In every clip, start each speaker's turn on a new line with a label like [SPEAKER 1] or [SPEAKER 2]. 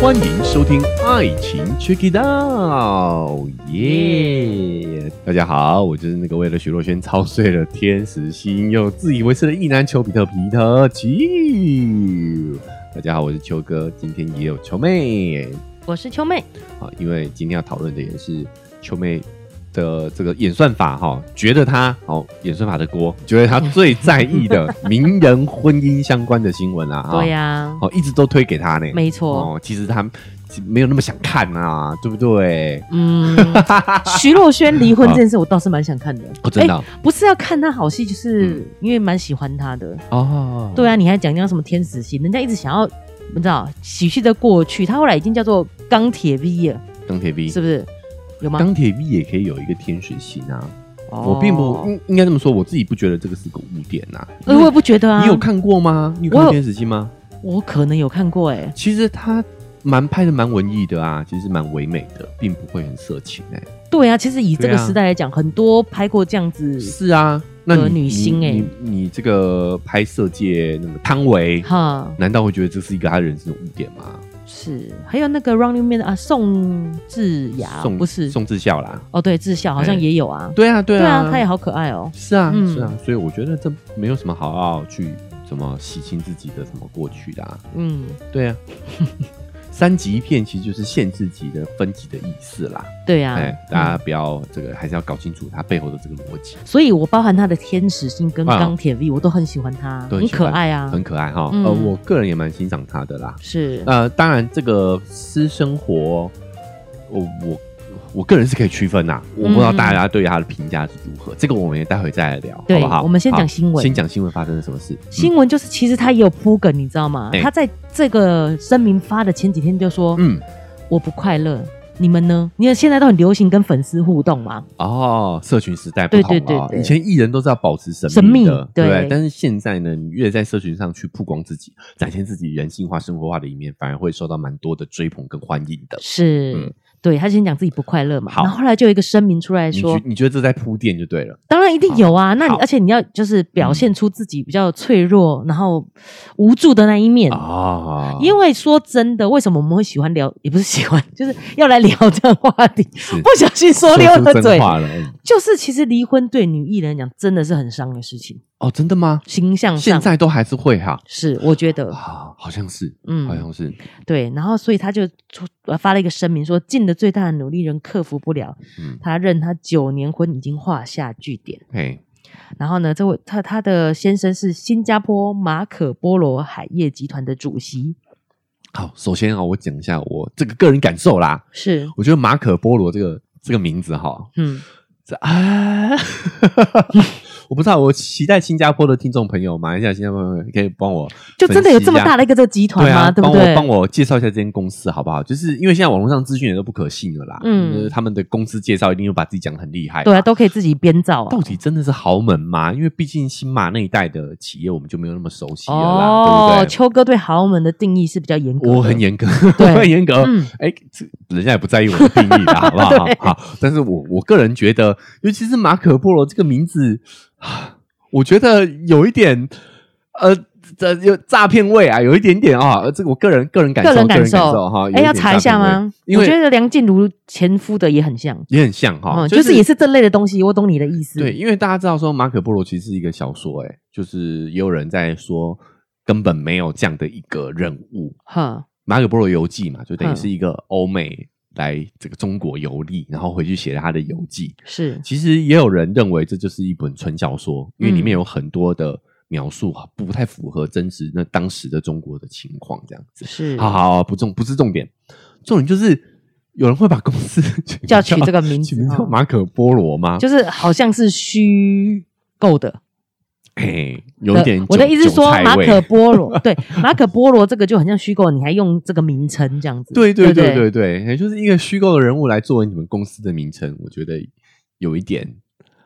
[SPEAKER 1] 欢迎收听《爱情 Check It Out》，耶！大家好，我就是那个为了徐若瑄操碎了天使心又自以为是的意男丘比特皮特丘。大家好，我是丘哥，今天也有丘妹。
[SPEAKER 2] 我是秋妹，
[SPEAKER 1] 啊，因为今天要讨论的也是秋妹的这个演算法哈、觉得她哦演算法的锅，觉得她最在意的名人婚姻相关的新闻啊，哈
[SPEAKER 2] 对呀、
[SPEAKER 1] 哦一直都推给她呢，
[SPEAKER 2] 没错，
[SPEAKER 1] 哦，其实她其没有那么想看啊，对不对？
[SPEAKER 2] 嗯，徐若瑄离婚这件事我倒是蛮想看的，
[SPEAKER 1] 哦，真的
[SPEAKER 2] 哎
[SPEAKER 1] 哦、
[SPEAKER 2] 不是要看她好戏，就是
[SPEAKER 1] 嗯
[SPEAKER 2] 因为蛮喜欢她的，
[SPEAKER 1] 哦，
[SPEAKER 2] 对啊，你还讲讲什么天使心，人家一直想要，你知道喜剧的过去，她后来已经叫做钢铁 V 了，
[SPEAKER 1] 钢铁 V
[SPEAKER 2] 是不是？有吗？
[SPEAKER 1] 钢铁 V 也可以有一个天使心啊，
[SPEAKER 2] 哦
[SPEAKER 1] 我并不，应应该这么说，我自己不觉得这个是个污点呐、
[SPEAKER 2] 呃我也不觉得啊，
[SPEAKER 1] 你有看过吗？你有看
[SPEAKER 2] 我
[SPEAKER 1] 过
[SPEAKER 2] 有
[SPEAKER 1] 天使心吗？
[SPEAKER 2] 我可能有看过哎、
[SPEAKER 1] 其实他蛮拍的蛮文艺的啊，其实蛮唯美的，并不会很色情哎、
[SPEAKER 2] 对啊，其实以这
[SPEAKER 1] 对
[SPEAKER 2] 个
[SPEAKER 1] 啊
[SPEAKER 2] 时代来讲，很多拍过这样子，
[SPEAKER 1] 是啊，那
[SPEAKER 2] 有
[SPEAKER 1] 你
[SPEAKER 2] 嗯女星欸
[SPEAKER 1] 你你你这个拍摄界那个汤唯，
[SPEAKER 2] 哈，
[SPEAKER 1] 难道会觉得这是一个他人生的污点吗？
[SPEAKER 2] 是，还有那个 Running Man 啊，宋智雅
[SPEAKER 1] 宋
[SPEAKER 2] 啊不是
[SPEAKER 1] 宋智孝啦，
[SPEAKER 2] 哦，对，智孝好像
[SPEAKER 1] 哎
[SPEAKER 2] 也有啊。
[SPEAKER 1] 对啊对
[SPEAKER 2] 对
[SPEAKER 1] 啊，
[SPEAKER 2] 啊，他也好可爱哦。
[SPEAKER 1] 是啊、
[SPEAKER 2] 嗯
[SPEAKER 1] 是啊，所以我觉得这没有什么好好去怎么洗清自己的什么过去的、啊，
[SPEAKER 2] 嗯，
[SPEAKER 1] 对啊。 三级一片其实就是限制级的分级的意思啦，
[SPEAKER 2] 对啊。
[SPEAKER 1] 哎、大家
[SPEAKER 2] 嗯
[SPEAKER 1] 不要这个，还是要搞清楚它背后的这个逻辑。
[SPEAKER 2] 所以我包含他的天使心跟
[SPEAKER 1] 啊
[SPEAKER 2] 钢铁 V，我都很喜欢他，
[SPEAKER 1] 都
[SPEAKER 2] 很
[SPEAKER 1] 很喜
[SPEAKER 2] 可
[SPEAKER 1] 欢
[SPEAKER 2] 爱啊。
[SPEAKER 1] 很可爱哈、
[SPEAKER 2] 嗯
[SPEAKER 1] 呃，我个人也蛮欣赏他的啦。
[SPEAKER 2] 是，
[SPEAKER 1] 呃，当然这个私生活，我我我个人是可以区分呐、
[SPEAKER 2] 嗯
[SPEAKER 1] 我不知道大家对他的评价是如何，这个我们也待会再来聊，好
[SPEAKER 2] 对
[SPEAKER 1] 不好？
[SPEAKER 2] 我们先讲
[SPEAKER 1] 好
[SPEAKER 2] 新闻
[SPEAKER 1] 先讲新闻发生了什么事。
[SPEAKER 2] 新闻就是其实他也有铺梗，你知道吗？
[SPEAKER 1] 哎
[SPEAKER 2] 他在这个声明发的前几天就说：“
[SPEAKER 1] 嗯，嗯
[SPEAKER 2] 我不快乐，你们呢？你看现在都很流行跟粉丝互动嘛，
[SPEAKER 1] 哦，社群时代不同了、
[SPEAKER 2] 对对对对
[SPEAKER 1] 以前艺人都是要保持神
[SPEAKER 2] 神秘
[SPEAKER 1] 的，对不
[SPEAKER 2] 对
[SPEAKER 1] 但是现在呢，你越在社群上去曝光自己，展现自己人性化、生活化的一面，反而会受到蛮多的追捧跟欢迎的。
[SPEAKER 2] 是。
[SPEAKER 1] 嗯
[SPEAKER 2] 对他先讲自己不快乐嘛，
[SPEAKER 1] 好
[SPEAKER 2] 然后后来就有一个声明出来
[SPEAKER 1] 你
[SPEAKER 2] 说
[SPEAKER 1] 觉，你觉得这在铺垫就对了。
[SPEAKER 2] 当然一定有啊，那你
[SPEAKER 1] 好嗯
[SPEAKER 2] 而且你要就是表现出自己比较脆弱，然后无助的那一面
[SPEAKER 1] 啊，
[SPEAKER 2] 嗯因为说真的，为什么我们会喜欢聊？也不是喜欢， 就是要来聊这样话题。不小心说溜
[SPEAKER 1] 出
[SPEAKER 2] 了
[SPEAKER 1] 真
[SPEAKER 2] 嘴，
[SPEAKER 1] 话了。嗯
[SPEAKER 2] 就是其实离婚对女艺人来讲真的是很伤的事情，
[SPEAKER 1] 哦，真的吗？
[SPEAKER 2] 形象
[SPEAKER 1] 现
[SPEAKER 2] 上
[SPEAKER 1] 在都还是会哈
[SPEAKER 2] 是我觉得
[SPEAKER 1] 啊，好像是，好
[SPEAKER 2] 嗯
[SPEAKER 1] 像是，
[SPEAKER 2] 对。然后所以他就出呃发了一个声明说，尽了最大的努力仍克服不了，
[SPEAKER 1] 嗯，
[SPEAKER 2] 他认他九年婚已经画下句点。
[SPEAKER 1] 嘿，
[SPEAKER 2] 然后呢，这位他他的先生是新加坡马可波罗海业集团的主席，
[SPEAKER 1] 好，首先啊，我讲一下我这个个人感受啦。
[SPEAKER 2] 是
[SPEAKER 1] 我觉得马可波罗这个这个名字哈，
[SPEAKER 2] 嗯
[SPEAKER 1] 这 啊，我不知道，我期待新加坡的听众朋友，马来西亚新加坡朋友可以帮我，
[SPEAKER 2] 就真的有这么大的一个这个集团
[SPEAKER 1] 对
[SPEAKER 2] 吗？
[SPEAKER 1] 啊，
[SPEAKER 2] 对
[SPEAKER 1] 帮
[SPEAKER 2] 不
[SPEAKER 1] 我
[SPEAKER 2] 对？
[SPEAKER 1] 帮我介绍一下这间公司好不好？就是因为现在网络上资讯也都不可信了啦，
[SPEAKER 2] 嗯
[SPEAKER 1] 嗯，他们的公司介绍一定又把自己讲得很厉害嘛，
[SPEAKER 2] 对啊，都可以自己编造啊
[SPEAKER 1] 到。底真的是豪门吗？因为毕竟新马那一代的企业我们就没有那么熟悉了啦，对不对？
[SPEAKER 2] 哦秋哥对豪门的定义是比较严格的，
[SPEAKER 1] 我很严格，我
[SPEAKER 2] 对
[SPEAKER 1] 很严格。
[SPEAKER 2] 嗯
[SPEAKER 1] 哎、这人家也不在意我的定义 啦，好不好？好，但是我我个人觉得，尤其是马可波罗这个名字，啊我觉得有一点，呃，这有诈骗味啊，有一点点啊，呃这个我个人个人感受，
[SPEAKER 2] 个人感受
[SPEAKER 1] 受哈，有一
[SPEAKER 2] 哎，
[SPEAKER 1] 点
[SPEAKER 2] 要查一下
[SPEAKER 1] 诈骗味？
[SPEAKER 2] 吗？
[SPEAKER 1] 因
[SPEAKER 2] 我觉
[SPEAKER 1] 为
[SPEAKER 2] 得梁静茹前夫的也很像，
[SPEAKER 1] 也很像哈、
[SPEAKER 2] 嗯，就是也是这类的东西，我懂你的意思。
[SPEAKER 1] 对，，因为大家知道说马可波罗其实是一个小说、哎，就是也有人在说根本没有这样的一个任务。
[SPEAKER 2] 哈，
[SPEAKER 1] 马可波罗游记嘛，就等于
[SPEAKER 2] 嗯
[SPEAKER 1] 是一个欧美来这个中国游历，然后回去写了他的游记。
[SPEAKER 2] 是，
[SPEAKER 1] 其实也有人认为这就是一本纯小说，因为里面有很多的描述啊，不太符合真实那当时的中国的情况这样子。
[SPEAKER 2] 是，
[SPEAKER 1] 好好好，不重不是重点，重点就是有人会把公司
[SPEAKER 2] 叫取这个名
[SPEAKER 1] 取
[SPEAKER 2] 字
[SPEAKER 1] 名，叫
[SPEAKER 2] 哦
[SPEAKER 1] 马可波罗吗？
[SPEAKER 2] 就是好像是虚构的。
[SPEAKER 1] 嘿，有一点
[SPEAKER 2] 我的
[SPEAKER 1] 韭
[SPEAKER 2] 意思是说
[SPEAKER 1] 韭，菜
[SPEAKER 2] 马
[SPEAKER 1] 味
[SPEAKER 2] 可 波罗对马可波罗这个就很像虚构，你还用这个名称这样子，
[SPEAKER 1] 对对对
[SPEAKER 2] 对不
[SPEAKER 1] 对对，也就是一个虚构的人物来作为你们公司的名称，我觉得有一点。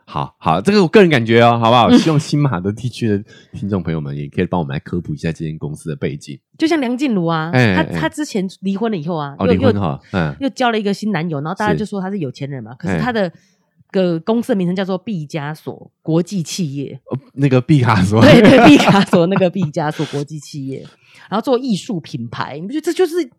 [SPEAKER 1] 好好，这个我个人感觉哦，好不 好？希望新马的地区的听众朋友们也可以帮我们来科普一下这间公司的背景。
[SPEAKER 2] 就像梁静茹啊，
[SPEAKER 1] 哎
[SPEAKER 2] 她
[SPEAKER 1] 哎
[SPEAKER 2] 她之前离婚了以后啊，
[SPEAKER 1] 哦，
[SPEAKER 2] 又
[SPEAKER 1] 离婚
[SPEAKER 2] 又
[SPEAKER 1] 哈，嗯，
[SPEAKER 2] 又交了一个新男友，然后大家
[SPEAKER 1] 是
[SPEAKER 2] 就说她是有钱人嘛，可
[SPEAKER 1] 哎
[SPEAKER 2] 是她的个公司的名称叫做毕加索国际企 业，
[SPEAKER 1] 哦那个毕卡索，
[SPEAKER 2] 对对，毕卡索那个毕加索国际企业，然后做艺术品牌，你不觉得这就是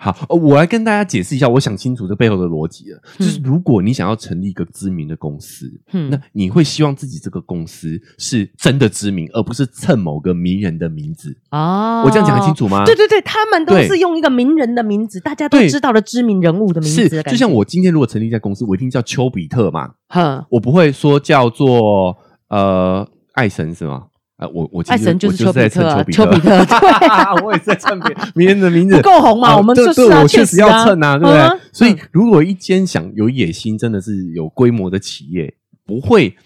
[SPEAKER 1] 好，呃我来跟大家解释一下，我想清楚这背后的逻辑了。就是
[SPEAKER 2] 嗯
[SPEAKER 1] 如果你想要成立一个知名的公司，
[SPEAKER 2] 嗯
[SPEAKER 1] 那你会希望自己这个公司是真的知名，而不是蹭某个名人的名字。
[SPEAKER 2] 哦
[SPEAKER 1] 我这样讲很清。楚吗？啊
[SPEAKER 2] 对对对，他们都
[SPEAKER 1] 对
[SPEAKER 2] 是用一个名人的名字，大家都
[SPEAKER 1] 对
[SPEAKER 2] 知道的知名人物的名字
[SPEAKER 1] 是
[SPEAKER 2] 的感觉，
[SPEAKER 1] 就像我今天如果成立一家公司，我一定叫丘比特嘛，
[SPEAKER 2] 哼，
[SPEAKER 1] 我不会说叫做呃爱神是吗？呃，我我其实
[SPEAKER 2] 爱神
[SPEAKER 1] 我
[SPEAKER 2] 就
[SPEAKER 1] 就是是在蹭丘
[SPEAKER 2] 丘
[SPEAKER 1] 比
[SPEAKER 2] 比
[SPEAKER 1] 特，
[SPEAKER 2] 特啊丘比特 对
[SPEAKER 1] 我也是在蹭别名人的名字，
[SPEAKER 2] 不够红嘛，
[SPEAKER 1] 啊
[SPEAKER 2] 我们
[SPEAKER 1] 对
[SPEAKER 2] 就是
[SPEAKER 1] 对
[SPEAKER 2] 啊，
[SPEAKER 1] 我确实
[SPEAKER 2] 实
[SPEAKER 1] 要
[SPEAKER 2] 啊
[SPEAKER 1] 蹭啊，对不对？
[SPEAKER 2] 嗯啊
[SPEAKER 1] 所以
[SPEAKER 2] 嗯
[SPEAKER 1] 如果一间想有野心，真的是有规模的企业，不会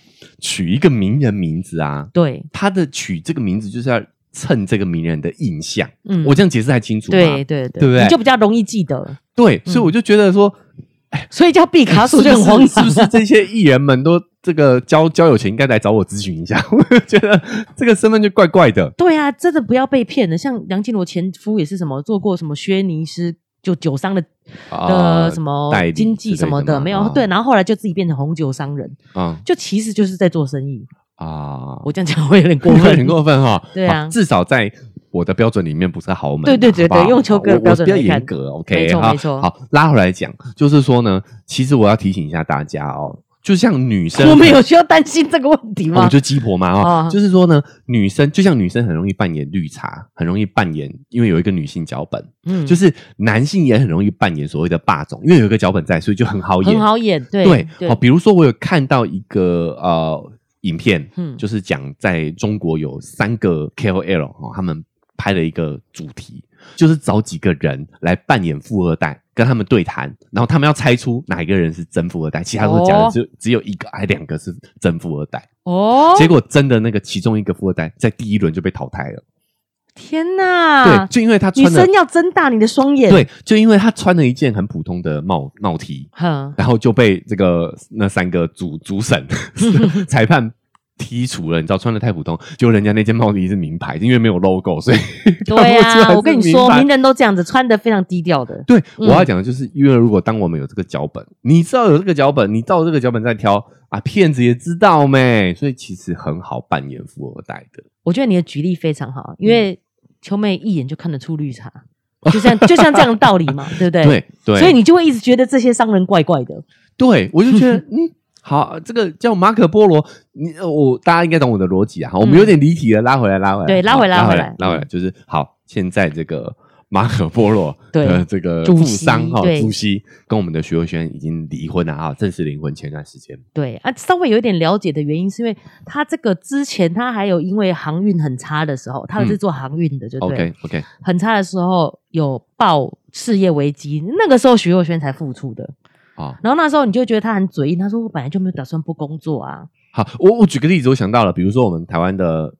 [SPEAKER 1] 取一个名人名字啊，
[SPEAKER 2] 对，
[SPEAKER 1] 他的取这个名字就是要蹭这个名人的印象。
[SPEAKER 2] 嗯
[SPEAKER 1] 我这样解释还清楚吗？
[SPEAKER 2] 对嗯对对
[SPEAKER 1] 对不对
[SPEAKER 2] 你就比较容易 记得，
[SPEAKER 1] 对所以我就觉得说，
[SPEAKER 2] 所以叫毕卡索
[SPEAKER 1] 是
[SPEAKER 2] 就
[SPEAKER 1] 不
[SPEAKER 2] 很
[SPEAKER 1] 是
[SPEAKER 2] 荒
[SPEAKER 1] 是
[SPEAKER 2] 唐
[SPEAKER 1] 不是这些艺人们都这个交交友前应该来找我咨询一下？ 我就觉得这个身份就怪怪的。
[SPEAKER 2] 对啊，真的不要被骗了。像梁静茹前夫也是什么做过什么薛尼诗，就酒商的
[SPEAKER 1] 啊
[SPEAKER 2] 的呃什么
[SPEAKER 1] 代理
[SPEAKER 2] 经济
[SPEAKER 1] 之类
[SPEAKER 2] 什么
[SPEAKER 1] 的
[SPEAKER 2] 的，
[SPEAKER 1] 嘛
[SPEAKER 2] 没
[SPEAKER 1] 啊
[SPEAKER 2] 有对，然后后来就自己变成红酒商人，
[SPEAKER 1] 啊
[SPEAKER 2] 就其实就是在做生意。
[SPEAKER 1] 啊！
[SPEAKER 2] 我这样讲会有点过
[SPEAKER 1] 有
[SPEAKER 2] 分
[SPEAKER 1] 点，过分哈。
[SPEAKER 2] 对啊
[SPEAKER 1] 好至少在我的标准里面不是豪门啊。
[SPEAKER 2] 对对对对
[SPEAKER 1] 好不好
[SPEAKER 2] 用秋哥的
[SPEAKER 1] 我我
[SPEAKER 2] 标准
[SPEAKER 1] 比较
[SPEAKER 2] 来看
[SPEAKER 1] 严格，OK，
[SPEAKER 2] 没错
[SPEAKER 1] 好
[SPEAKER 2] 没错
[SPEAKER 1] 好，拉回来讲，就是说呢，其实我要提醒一下大家哦，就像女生，
[SPEAKER 2] 我们有需要担心这个问题
[SPEAKER 1] 我
[SPEAKER 2] 吗？
[SPEAKER 1] 就鸡婆嘛哦，
[SPEAKER 2] 哦
[SPEAKER 1] 就是说呢，女生就像女生很容易扮演绿茶，很容易扮演，因为有一个女性脚本，
[SPEAKER 2] 嗯
[SPEAKER 1] 就是男性也很容易扮演所谓的霸总，因为有一个脚本在，所以就很好演
[SPEAKER 2] 很。好演，对
[SPEAKER 1] 对，好，比如说我有看到一个呃影片，
[SPEAKER 2] 嗯
[SPEAKER 1] 就是讲在中国有三个 KOL 哦，他们拍了一个主题，就是找几个人来扮演富二代，跟他们对谈，然后他们要猜出哪一个人是真富二代，其他都是假的，
[SPEAKER 2] 哦
[SPEAKER 1] 只有只有一个还两个是真富二代。
[SPEAKER 2] 哦，
[SPEAKER 1] 结果真的那个其中一个富二代在第一轮就被淘汰了，
[SPEAKER 2] 天
[SPEAKER 1] 对，，
[SPEAKER 2] 哪
[SPEAKER 1] 就因为他
[SPEAKER 2] 啊女
[SPEAKER 1] 穿了
[SPEAKER 2] 生要睁大你的双眼，，
[SPEAKER 1] 对，就因为他穿了一件很普通的帽帽 T，
[SPEAKER 2] 哼，
[SPEAKER 1] 然后就被这个那三个主主审 裁判剔除了，你知道穿的太普通，就人家那件帽子是名牌，因为没有 logo，所以
[SPEAKER 2] 对
[SPEAKER 1] 看不出来
[SPEAKER 2] 啊，
[SPEAKER 1] 是
[SPEAKER 2] 我跟你说，
[SPEAKER 1] 名牌
[SPEAKER 2] 名人都这样子，穿的非常低调的，
[SPEAKER 1] 对、我
[SPEAKER 2] 嗯
[SPEAKER 1] 要讲的就是，因为如果当我们有这个脚本，你知道有这个脚本，你照这个脚本再挑啊，骗子也知道咩，所以其实很好扮演富二代的。
[SPEAKER 2] 我觉得你的举例非常好，
[SPEAKER 1] 嗯
[SPEAKER 2] 因为秋妹一眼就看得出绿茶，就像就像这样的道理嘛，对不对？
[SPEAKER 1] 对对，
[SPEAKER 2] 所以你就会一直觉得这些商人怪怪的。
[SPEAKER 1] 对我就觉 得嗯。好，这个叫马可波罗，你呃我大家应该懂我的逻辑啊。好，我们
[SPEAKER 2] 嗯
[SPEAKER 1] 有点离题了，拉回来，拉回来，
[SPEAKER 2] 对拉
[SPEAKER 1] 好
[SPEAKER 2] 回来
[SPEAKER 1] 拉
[SPEAKER 2] 拉
[SPEAKER 1] 回
[SPEAKER 2] 回
[SPEAKER 1] 来
[SPEAKER 2] 来，嗯
[SPEAKER 1] 拉回来，就是好。现在这个马可波罗
[SPEAKER 2] 对
[SPEAKER 1] 的这个
[SPEAKER 2] 主
[SPEAKER 1] 富
[SPEAKER 2] 席
[SPEAKER 1] 商哈，
[SPEAKER 2] 对
[SPEAKER 1] 主席跟我们的徐若瑄已经离婚了啊，正式离婚前段时间。
[SPEAKER 2] 对啊，稍微有一点了解的原因，是因为他这个之前他还有因为航运很差的时候，他是做航运的，就对，
[SPEAKER 1] 嗯 OK OK，
[SPEAKER 2] 很差的时候有报事业危机，那个时候徐若瑄才复出的。
[SPEAKER 1] 啊，
[SPEAKER 2] 然后那时候你就觉得他很嘴硬，他说我本来就没有打算不工作啊，
[SPEAKER 1] 好，我我举个例子，我想到了，比如说我们台湾的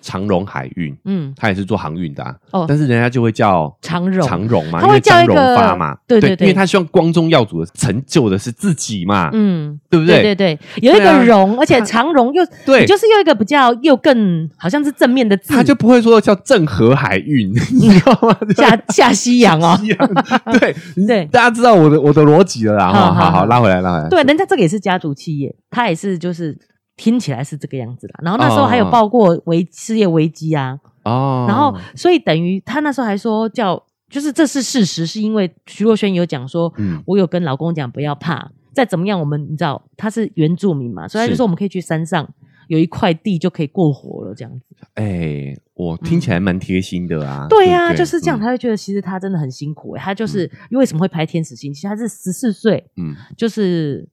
[SPEAKER 1] 长荣海运，
[SPEAKER 2] 嗯，
[SPEAKER 1] 它也是做航运的啊，
[SPEAKER 2] 哦
[SPEAKER 1] 但是人家就会叫
[SPEAKER 2] 长荣
[SPEAKER 1] 长荣嘛，
[SPEAKER 2] 他
[SPEAKER 1] 因
[SPEAKER 2] 会
[SPEAKER 1] 为
[SPEAKER 2] 叫
[SPEAKER 1] 张
[SPEAKER 2] 一
[SPEAKER 1] 荣
[SPEAKER 2] 个
[SPEAKER 1] 发嘛，
[SPEAKER 2] 对对对
[SPEAKER 1] 因为他希望光宗耀祖的成就的是自己嘛，
[SPEAKER 2] 嗯，
[SPEAKER 1] 对不
[SPEAKER 2] 对对对，有一
[SPEAKER 1] 对啊
[SPEAKER 2] 个荣，而且长荣又
[SPEAKER 1] 对
[SPEAKER 2] 你就是用一个比较又更好像是正面的字，
[SPEAKER 1] 他就不会说叫郑和海运， 你知道吗？。
[SPEAKER 2] 下 下西洋哦
[SPEAKER 1] 一样， 对
[SPEAKER 2] 对
[SPEAKER 1] 大家知道我的我的逻辑了啦。
[SPEAKER 2] 好
[SPEAKER 1] 哈，
[SPEAKER 2] 好
[SPEAKER 1] 好好
[SPEAKER 2] 好
[SPEAKER 1] 拉回来，拉回来。
[SPEAKER 2] 对，人家这个也是家族企业，他也是就是听起来是这个样子啦。然后那时候还
[SPEAKER 1] 哦
[SPEAKER 2] 有报过危事业危机啊，
[SPEAKER 1] 哦，
[SPEAKER 2] 然后所以等于他那时候还说叫，就是这是事实，是因为徐若瑄有讲说，
[SPEAKER 1] 嗯
[SPEAKER 2] 我有跟老公讲不要怕，再怎么样我们你知道他是原住民嘛，所以他就是说我们可以去山上有一块地就可以过活了这样子。
[SPEAKER 1] 哎，我听起来蛮贴心的啊。
[SPEAKER 2] 对
[SPEAKER 1] 呀
[SPEAKER 2] 呀、，就是这样，
[SPEAKER 1] 嗯
[SPEAKER 2] 他会觉得其实他真的很辛苦、欸。他就是、因为什么会拍《天使心》？其实他是十四岁
[SPEAKER 1] 嗯，
[SPEAKER 2] 就是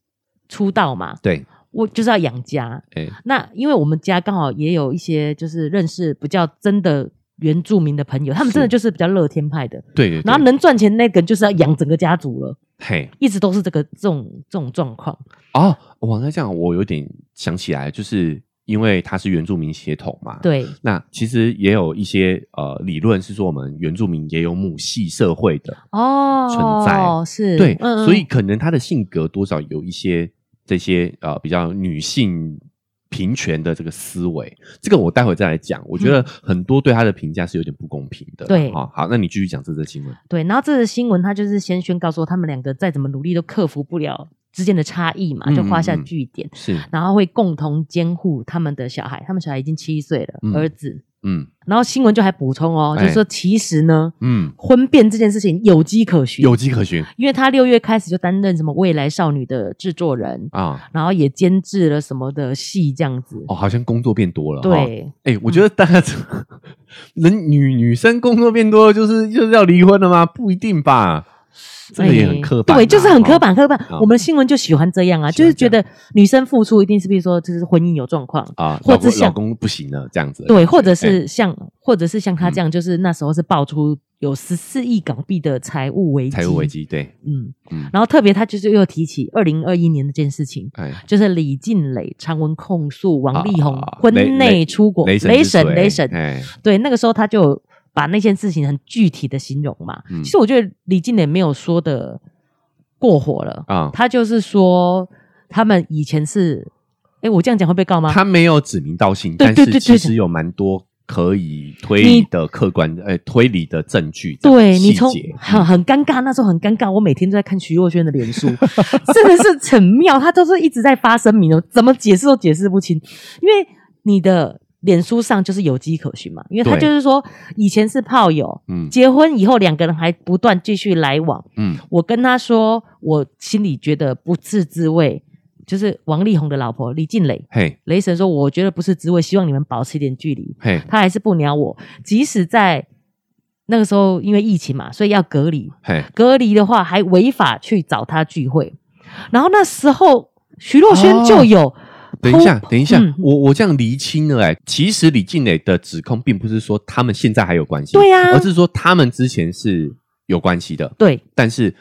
[SPEAKER 2] 出道嘛，
[SPEAKER 1] 对，
[SPEAKER 2] 我就是要养家。
[SPEAKER 1] 哎，
[SPEAKER 2] 那因为我们家刚好也有一些就是认识比较真的原住民的朋友，他们真的
[SPEAKER 1] 是
[SPEAKER 2] 就是比较乐天派的，
[SPEAKER 1] 对对。对
[SPEAKER 2] 然后能赚钱那个人就是要养整个家族了，
[SPEAKER 1] 嘿，
[SPEAKER 2] 一直都是这个这种这种状况。
[SPEAKER 1] 哦，哇，那这样我有点想起来，就是因为他是原住民血统嘛。。
[SPEAKER 2] 对，
[SPEAKER 1] 那其实也有一些呃理论是说，我们原住民也有母系社会的，
[SPEAKER 2] 哦，
[SPEAKER 1] 存在
[SPEAKER 2] 是，
[SPEAKER 1] 对，
[SPEAKER 2] 嗯嗯
[SPEAKER 1] 所以可能她的性格多少有一些这些呃比较女性平权的这个思维，这个我待会再来讲。我觉得很多对她的评价是有点不公平的。
[SPEAKER 2] 嗯对
[SPEAKER 1] 好，好，那你继续讲这则新闻。
[SPEAKER 2] 对，然后这个新闻他就是先宣告说，他们两个再怎么努力都克服不了之间的差异嘛，
[SPEAKER 1] 嗯
[SPEAKER 2] 就画下
[SPEAKER 1] 嗯嗯
[SPEAKER 2] 句点。
[SPEAKER 1] 是，
[SPEAKER 2] 然后会共同监护他们的小孩，他们小孩已经七岁了，
[SPEAKER 1] 嗯
[SPEAKER 2] 儿子。
[SPEAKER 1] 嗯
[SPEAKER 2] 然后新闻就还补充哦，
[SPEAKER 1] 哎
[SPEAKER 2] 就说其实呢，
[SPEAKER 1] 嗯，
[SPEAKER 2] 婚变这件事情有迹可循，
[SPEAKER 1] 有迹可循
[SPEAKER 2] 因为他六月开始就担任什么未来少女的制作人，
[SPEAKER 1] 啊。
[SPEAKER 2] 然后也监制了什么的戏这样子。
[SPEAKER 1] 哦，好像工作变多了。哈，
[SPEAKER 2] 对，
[SPEAKER 1] 哎、我觉得大家 这人女女生工作变多，就是就是要离婚了吗？不一定吧，这个也很刻板啊、
[SPEAKER 2] 哎对，就是很刻板，刻板
[SPEAKER 1] 啊。
[SPEAKER 2] 我们新闻就喜欢这样啊，
[SPEAKER 1] 喜
[SPEAKER 2] 就
[SPEAKER 1] 欢
[SPEAKER 2] 是觉得女生付出一定是，比如说就是婚姻有状况，
[SPEAKER 1] 哈啊，
[SPEAKER 2] 或
[SPEAKER 1] 老
[SPEAKER 2] 者
[SPEAKER 1] 公
[SPEAKER 2] 像
[SPEAKER 1] 老公不行了这样子。
[SPEAKER 2] 对，或者是像，或者是像
[SPEAKER 1] 嗯
[SPEAKER 2] 他这样，就是那时候是爆出有十四亿港币的财务危机，
[SPEAKER 1] 财务危，机，对，
[SPEAKER 2] 嗯
[SPEAKER 1] 嗯，
[SPEAKER 2] 然后特别他就是又提起二零二一年那件事情。
[SPEAKER 1] 哎，
[SPEAKER 2] 就是李静蕾传闻控诉王力宏
[SPEAKER 1] 啊
[SPEAKER 2] 婚
[SPEAKER 1] 雷
[SPEAKER 2] 内出国，
[SPEAKER 1] 雷神
[SPEAKER 2] 雷
[SPEAKER 1] 之
[SPEAKER 2] 神
[SPEAKER 1] 锤
[SPEAKER 2] 雷神，
[SPEAKER 1] 哎，
[SPEAKER 2] 对，那个时候他就把那件事情很具体的形容嘛。
[SPEAKER 1] 嗯
[SPEAKER 2] 其实我觉得李静蕾没有说的过火了，
[SPEAKER 1] 啊，
[SPEAKER 2] 他就是说他们以前是，哎，我这样讲会被告吗？
[SPEAKER 1] 他没有指名道姓，
[SPEAKER 2] 对
[SPEAKER 1] 但
[SPEAKER 2] 对
[SPEAKER 1] 是
[SPEAKER 2] 对
[SPEAKER 1] 其
[SPEAKER 2] 对
[SPEAKER 1] 实有蛮多可以推理的客观，哎，推理的证据，
[SPEAKER 2] 对你
[SPEAKER 1] 细
[SPEAKER 2] 从
[SPEAKER 1] 节嗯
[SPEAKER 2] 很很尴尬，那时候很尴尬，我每天都在看徐若瑄的脸书， 真的是很妙，她都是一直在发声明哦，怎么解释都解释不清，因为你的脸书上就是有迹可循嘛，因为她
[SPEAKER 1] 对
[SPEAKER 2] 就是说以前是炮友，
[SPEAKER 1] 嗯
[SPEAKER 2] 结婚以后两个人还不断继续来往，
[SPEAKER 1] 嗯
[SPEAKER 2] 我跟她说我心里觉得不是滋味，就是王力宏的老婆李静蕾，
[SPEAKER 1] 嘿
[SPEAKER 2] 雷神说我觉得不是滋味，希望你们保持一点距离，
[SPEAKER 1] 嘿
[SPEAKER 2] 他还是不鸟我。即使在那个时候，因为疫情嘛，所以要隔离。
[SPEAKER 1] 嘿，
[SPEAKER 2] 隔离的话，还违法去找他聚会。然后那时候，徐若瑄就有、
[SPEAKER 1] 哦等一下，等一下，
[SPEAKER 2] 嗯
[SPEAKER 1] 我我这样厘清了、哎，其实李静蕾的指控并不是说他们现在还有关系，
[SPEAKER 2] 对啊
[SPEAKER 1] 而是说他们之前是有关系的，
[SPEAKER 2] 对
[SPEAKER 1] 但是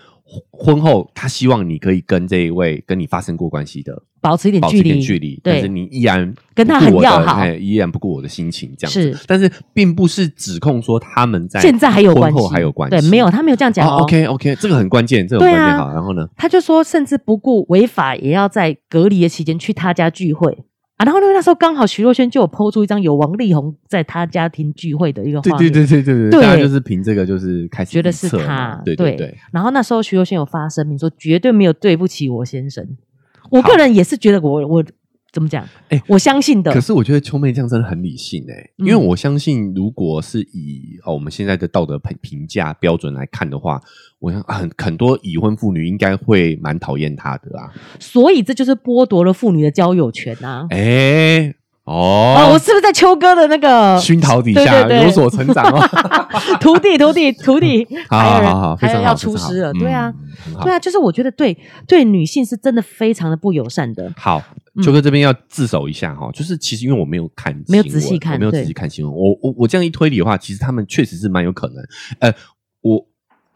[SPEAKER 1] 婚后他希望你可以跟这一位跟你发生过关系的
[SPEAKER 2] 保持一点
[SPEAKER 1] 保持
[SPEAKER 2] 距
[SPEAKER 1] 一点
[SPEAKER 2] 离，
[SPEAKER 1] 距离，
[SPEAKER 2] 对
[SPEAKER 1] 但是你依然
[SPEAKER 2] 跟他
[SPEAKER 1] 不顾
[SPEAKER 2] 很
[SPEAKER 1] 我的
[SPEAKER 2] 要好
[SPEAKER 1] 哎依然不顾我的心情这样子，
[SPEAKER 2] 是
[SPEAKER 1] 但是并不是指控说他们在
[SPEAKER 2] 现在还有
[SPEAKER 1] 婚
[SPEAKER 2] 关系，
[SPEAKER 1] 后还有关系，
[SPEAKER 2] 对，没有，他没有这样讲哦。
[SPEAKER 1] 哦，OK OK，这个很关键，这个很
[SPEAKER 2] 对啊
[SPEAKER 1] 关键，好，然后呢，
[SPEAKER 2] 他就说，甚至不顾违法，也要在隔离的期间去他家聚会。啊，然后呢？那时候刚好徐若瑄就有抛出一张有王力宏在他家庭聚会的一个画
[SPEAKER 1] 对
[SPEAKER 2] 面，
[SPEAKER 1] 对对对对
[SPEAKER 2] 对
[SPEAKER 1] 大家就是凭这个就是开始
[SPEAKER 2] 觉得
[SPEAKER 1] 预
[SPEAKER 2] 是
[SPEAKER 1] 测
[SPEAKER 2] 他
[SPEAKER 1] 嘛，对
[SPEAKER 2] 对
[SPEAKER 1] 对，
[SPEAKER 2] 然后那时候徐若瑄有发声明说，绝对没有对不起我先生。我个人也是觉得我我怎么讲？
[SPEAKER 1] 哎
[SPEAKER 2] 我相信的
[SPEAKER 1] 可。是我觉得秋妹这样真的很理性哎、因
[SPEAKER 2] 嗯
[SPEAKER 1] 为我相信，如果是以哦我们现在的道德评评价标准来看的话，我想很很多已婚妇女应该会蛮讨厌她的啊。
[SPEAKER 2] 所以这就是剥夺了妇女的交友权啊！
[SPEAKER 1] 哎、
[SPEAKER 2] 啊，我
[SPEAKER 1] 哦，
[SPEAKER 2] 是不是在秋哥的那个
[SPEAKER 1] 熏陶底
[SPEAKER 2] 对
[SPEAKER 1] 下
[SPEAKER 2] 对对
[SPEAKER 1] 有所成 长哦。
[SPEAKER 2] 徒弟徒弟徒弟？
[SPEAKER 1] 好
[SPEAKER 2] 还有
[SPEAKER 1] 好
[SPEAKER 2] 人
[SPEAKER 1] 好好，非
[SPEAKER 2] 还有
[SPEAKER 1] 常
[SPEAKER 2] 要
[SPEAKER 1] 好，
[SPEAKER 2] 出
[SPEAKER 1] 非常好
[SPEAKER 2] 师了，对啊。，
[SPEAKER 1] 嗯很好
[SPEAKER 2] 对。啊，就是我觉得对对女性是真的非常的不友善的，
[SPEAKER 1] 好
[SPEAKER 2] 嗯，
[SPEAKER 1] 秋哥这边要自首一下哈，就是其实因为我没有看新闻，
[SPEAKER 2] 没有仔细看
[SPEAKER 1] 我没有仔
[SPEAKER 2] 对
[SPEAKER 1] 细看新闻，我我我这样一推理的话，其实他们确实是蛮有可能，呃，我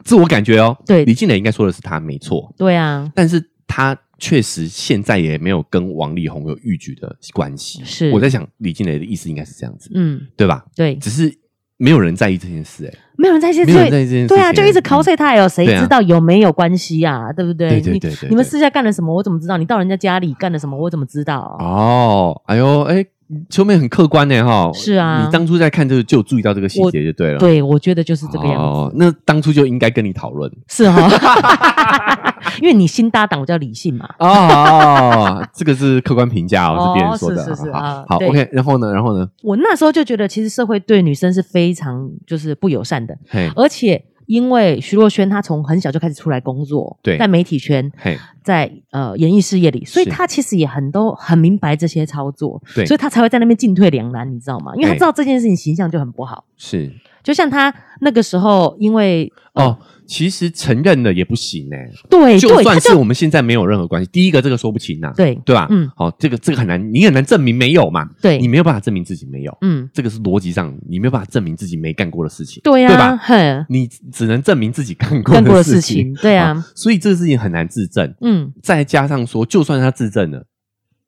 [SPEAKER 1] 自我感觉哦，
[SPEAKER 2] 对
[SPEAKER 1] 李静蕾应该说的是他没错，
[SPEAKER 2] 对啊，
[SPEAKER 1] 但是他确实现在也没有跟王力宏有逾矩的关系，
[SPEAKER 2] 是
[SPEAKER 1] 我在想李静蕾的意思应该是这样子，
[SPEAKER 2] 嗯，
[SPEAKER 1] 对吧？
[SPEAKER 2] 对，
[SPEAKER 1] 只是没有人在意这件事、哎，
[SPEAKER 2] 没有人在现
[SPEAKER 1] 没有人在意这件事情，
[SPEAKER 2] 对啊，就一直
[SPEAKER 1] 嗯
[SPEAKER 2] cos 他有谁
[SPEAKER 1] 对啊
[SPEAKER 2] 知道有没有关系啊？对不对？
[SPEAKER 1] 对对对
[SPEAKER 2] 你
[SPEAKER 1] 对对
[SPEAKER 2] 你们私下干了什么？我怎么知道？你到人家家里干了什么？我怎么知道？
[SPEAKER 1] 哦，哎呦，哎，秋妹很客观呢，哈。
[SPEAKER 2] 是啊
[SPEAKER 1] 你当初在看这个就有注意到这个细节就对了。，
[SPEAKER 2] 对，我觉得就是这个样子，
[SPEAKER 1] 哦，那当初就应该跟你讨论
[SPEAKER 2] 是 哈， 因为你新搭档，我叫理性嘛，
[SPEAKER 1] 哦。 这个是客观评价哦，
[SPEAKER 2] 哦
[SPEAKER 1] 是别人说的。
[SPEAKER 2] 是是是啊
[SPEAKER 1] 好好
[SPEAKER 2] 对
[SPEAKER 1] ，OK。然后呢，然后呢，
[SPEAKER 2] 我那时候就觉得，其实社会对女生是非常就是不友善的，
[SPEAKER 1] 嘿，
[SPEAKER 2] 而且因为徐若瑄她从很小就开始出来工作，
[SPEAKER 1] 对
[SPEAKER 2] 在媒体圈，
[SPEAKER 1] 嘿，
[SPEAKER 2] 在呃演艺事业里，所以
[SPEAKER 1] 是
[SPEAKER 2] 他其实也很都很明白这些操作，
[SPEAKER 1] 对
[SPEAKER 2] 所以他才会在那边进退两难，你知道吗？因为
[SPEAKER 1] 哎
[SPEAKER 2] 他知道这件事情形象就很不好。
[SPEAKER 1] 是
[SPEAKER 2] 就像他那个时候，因为
[SPEAKER 1] 哦。其实承认了也不行哎，
[SPEAKER 2] 对
[SPEAKER 1] 就
[SPEAKER 2] 对，他
[SPEAKER 1] 算是
[SPEAKER 2] 就
[SPEAKER 1] 我们现在没有任何关系，第一个这个说不清呐，啊
[SPEAKER 2] 对
[SPEAKER 1] 对吧？
[SPEAKER 2] 嗯，
[SPEAKER 1] 好，这个这个很难，你很难证明没有嘛，
[SPEAKER 2] 对
[SPEAKER 1] 你，没有办法证明自己没有，
[SPEAKER 2] 嗯，
[SPEAKER 1] 这个是逻辑上你没有办法证明自己没干过的事情，
[SPEAKER 2] 对啊
[SPEAKER 1] 对吧
[SPEAKER 2] 呀，？很
[SPEAKER 1] 你只能证明自己干过
[SPEAKER 2] 干过
[SPEAKER 1] 的
[SPEAKER 2] 的
[SPEAKER 1] 事
[SPEAKER 2] 事
[SPEAKER 1] 情
[SPEAKER 2] 情，，对啊，
[SPEAKER 1] 所以这个事情很难自证。
[SPEAKER 2] 嗯，
[SPEAKER 1] 再加上说，就算他自证了，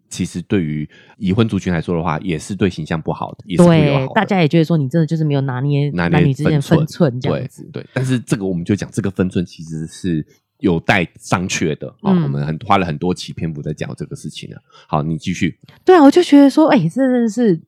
[SPEAKER 1] 其实对于已婚族群来说的话，也是对形象不好的，也是不友好的，
[SPEAKER 2] 对大家也觉得说你真的就是没有拿捏
[SPEAKER 1] 拿
[SPEAKER 2] 男女之间的分
[SPEAKER 1] 分
[SPEAKER 2] 寸这样
[SPEAKER 1] 对
[SPEAKER 2] 子，
[SPEAKER 1] 对。但是这个我们就讲，这个分寸其实是有待商榷的啊、
[SPEAKER 2] 嗯
[SPEAKER 1] 我们很花了很多啊期篇幅在讲这个事情了。好，你继续。
[SPEAKER 2] 对啊，我就觉得说，哎，这真的是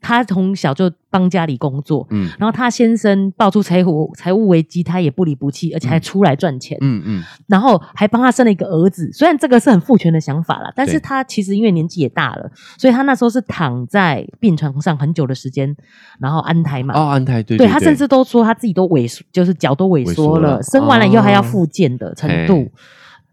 [SPEAKER 2] 他从小就帮家里工作，
[SPEAKER 1] 嗯
[SPEAKER 2] 然后他先生爆出财务财务危机，他也不离不弃，而且还出来赚钱，
[SPEAKER 1] 嗯嗯，
[SPEAKER 2] 然后还帮他生了一个儿子。虽然这个是很父权的想法啦，但
[SPEAKER 1] 对
[SPEAKER 2] 是他其实因为年纪也大了，所以他那时候是躺在病床上很久的时间，然后安胎嘛。
[SPEAKER 1] 哦，安泰对
[SPEAKER 2] 对他甚至都说他自己都萎缩，就是脚都萎
[SPEAKER 1] 萎
[SPEAKER 2] 缩
[SPEAKER 1] 缩
[SPEAKER 2] 了，
[SPEAKER 1] 了
[SPEAKER 2] 生完了以后还要
[SPEAKER 1] 哦
[SPEAKER 2] 复健的程
[SPEAKER 1] 嘿
[SPEAKER 2] 度。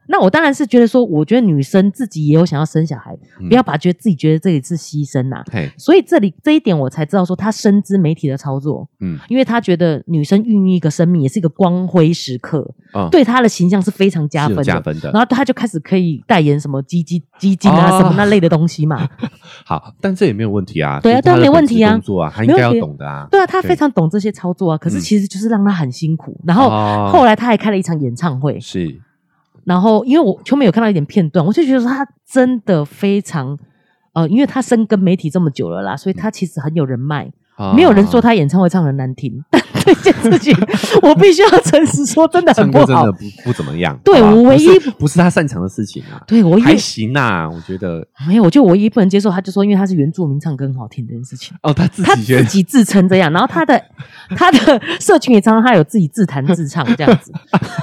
[SPEAKER 2] 那我当然是觉得说，我觉得女生自己也有想要生小孩，
[SPEAKER 1] 嗯
[SPEAKER 2] 不要把觉得自己觉得这里是牺牲呐、
[SPEAKER 1] 嘿，
[SPEAKER 2] 所以这里这一点我才知道说，他深知媒体的操作，
[SPEAKER 1] 嗯
[SPEAKER 2] 因为他觉得女生孕育一个生命也是一个光辉时刻，
[SPEAKER 1] 啊，
[SPEAKER 2] 对她的形象是非常加
[SPEAKER 1] 是有
[SPEAKER 2] 分的。
[SPEAKER 1] 加分
[SPEAKER 2] 然
[SPEAKER 1] 的。
[SPEAKER 2] 后他就开始可以代言什么基基基金啊、
[SPEAKER 1] 哦
[SPEAKER 2] 什么那类的东 西嘛。
[SPEAKER 1] 好，但这也没有问题啊，
[SPEAKER 2] 对啊
[SPEAKER 1] 这是他的
[SPEAKER 2] 对啊没问题啊
[SPEAKER 1] 本职工作啊，他应该
[SPEAKER 2] 没
[SPEAKER 1] 要
[SPEAKER 2] 问题
[SPEAKER 1] 懂的啊。
[SPEAKER 2] 对啊，他
[SPEAKER 1] 对
[SPEAKER 2] 非常懂这些操作啊，可是
[SPEAKER 1] 嗯
[SPEAKER 2] 其实就是让他很辛苦。然后
[SPEAKER 1] 哦
[SPEAKER 2] 后来他还开了一场演唱会，
[SPEAKER 1] 是
[SPEAKER 2] 然后因为我秋妹有看到一点片段，我就觉得说他真的非常。呃，因为他深耕媒体这么久了啦，所以他
[SPEAKER 1] 嗯
[SPEAKER 2] 其实很有人脉。
[SPEAKER 1] 啊
[SPEAKER 2] 没有人说他演唱会唱得难听， 但这件事情我必须要诚实说，真的
[SPEAKER 1] 啊
[SPEAKER 2] 很
[SPEAKER 1] 唱
[SPEAKER 2] 不
[SPEAKER 1] 歌真
[SPEAKER 2] 好
[SPEAKER 1] 的。不不怎么样。
[SPEAKER 2] 对
[SPEAKER 1] 好吧
[SPEAKER 2] 我唯一
[SPEAKER 1] 不是不是他擅长的事情啊，
[SPEAKER 2] 对我也
[SPEAKER 1] 还行呐，我觉得
[SPEAKER 2] 没有，我就唯一不能接受，他就说因为他是原住民唱歌很好听这件事情，
[SPEAKER 1] 哦，他自
[SPEAKER 2] 他
[SPEAKER 1] 己觉
[SPEAKER 2] 自
[SPEAKER 1] 得
[SPEAKER 2] 己自称这样，然后 他的他的社群也常常他有自己自弹自唱这样 子，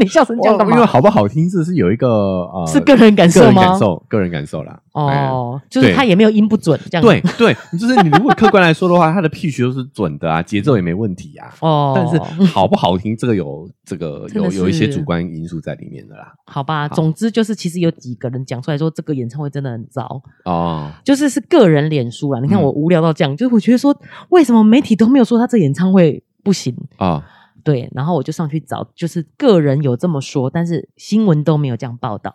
[SPEAKER 2] 你笑成这样干
[SPEAKER 1] 哦因为
[SPEAKER 2] 嘛？
[SPEAKER 1] 好不好听，这是有一个呃，
[SPEAKER 2] 是个人感
[SPEAKER 1] 个
[SPEAKER 2] 受
[SPEAKER 1] 人
[SPEAKER 2] 吗
[SPEAKER 1] 感？受，个人感受啦。哎。
[SPEAKER 2] 哦，就是他也没有音不准这样。
[SPEAKER 1] 对，对，就是你如果客观来说的话，他的 pitch 都是准的啊，节奏也没问题啊。
[SPEAKER 2] 哦，
[SPEAKER 1] 但是好不好听，这个有这个
[SPEAKER 2] 真的
[SPEAKER 1] 有有一些
[SPEAKER 2] 是
[SPEAKER 1] 主观因素在里面的啦。
[SPEAKER 2] 好吧，总之就是其实有几个人讲出来说这个演唱会真的很糟，
[SPEAKER 1] 哦，
[SPEAKER 2] 就是是个人脸书啦。你看
[SPEAKER 1] 嗯
[SPEAKER 2] 我无聊到这样，就是我觉得说，为什么媒体都没有说他这演唱会不行？
[SPEAKER 1] 哦，
[SPEAKER 2] 对，然后我就上去找，就是个人有这么说，但是新闻都没有这样报道。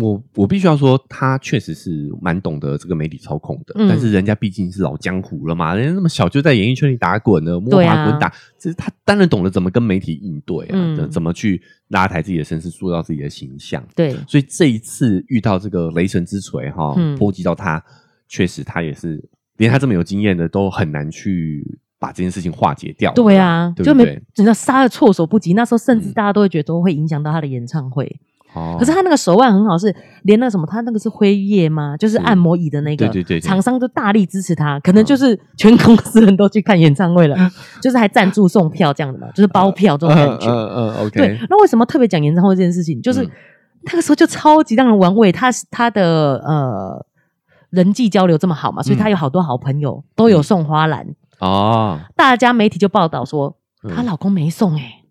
[SPEAKER 1] 我我必须要说，他确实是蛮懂得这个媒体操控的，
[SPEAKER 2] 嗯
[SPEAKER 1] 但是人家毕竟是老江湖了嘛，人家那么小就在演艺圈里打滚了，摸
[SPEAKER 2] 对
[SPEAKER 1] 爬
[SPEAKER 2] 啊
[SPEAKER 1] 滚打，这是他当然懂得怎么跟媒体应对啊，
[SPEAKER 2] 嗯
[SPEAKER 1] 怎么去拉抬自己的身世，塑造自己的形象。
[SPEAKER 2] 对，
[SPEAKER 1] 所以这一次遇到这个雷神之锤哈，
[SPEAKER 2] 嗯
[SPEAKER 1] 波及到他，确实他也是连他这么有经验的都很难去把这件事情化解掉。
[SPEAKER 2] 对啊，
[SPEAKER 1] 对
[SPEAKER 2] 就
[SPEAKER 1] 不
[SPEAKER 2] 没
[SPEAKER 1] 对？
[SPEAKER 2] 你知道杀的措手不及。那时候甚至
[SPEAKER 1] 嗯
[SPEAKER 2] 大家都会觉得都会影响到他的演唱会。
[SPEAKER 1] 哦
[SPEAKER 2] 可是他那个手腕很好，是连那什么，他那个是辉夜吗？就是
[SPEAKER 1] 嗯
[SPEAKER 2] 按摩椅的那个，
[SPEAKER 1] 对对对嗯对
[SPEAKER 2] 厂商就大力支持他，可能就是全公司人都去看演唱会 了，就是还赞助送票这样的嘛，就是包票这种感觉。
[SPEAKER 1] 嗯嗯嗯
[SPEAKER 2] 对
[SPEAKER 1] 呃，OK，，
[SPEAKER 2] 那为什么特别讲演唱会这件事情？就是、
[SPEAKER 1] 嗯
[SPEAKER 2] 那个时候就超级让人玩味，他他的呃人际交流这么好嘛，所以
[SPEAKER 1] 嗯
[SPEAKER 2] 他有好多好朋友、都有送花篮，
[SPEAKER 1] 哦
[SPEAKER 2] 大家媒体就报道说
[SPEAKER 1] 嗯
[SPEAKER 2] 她老公没送哎、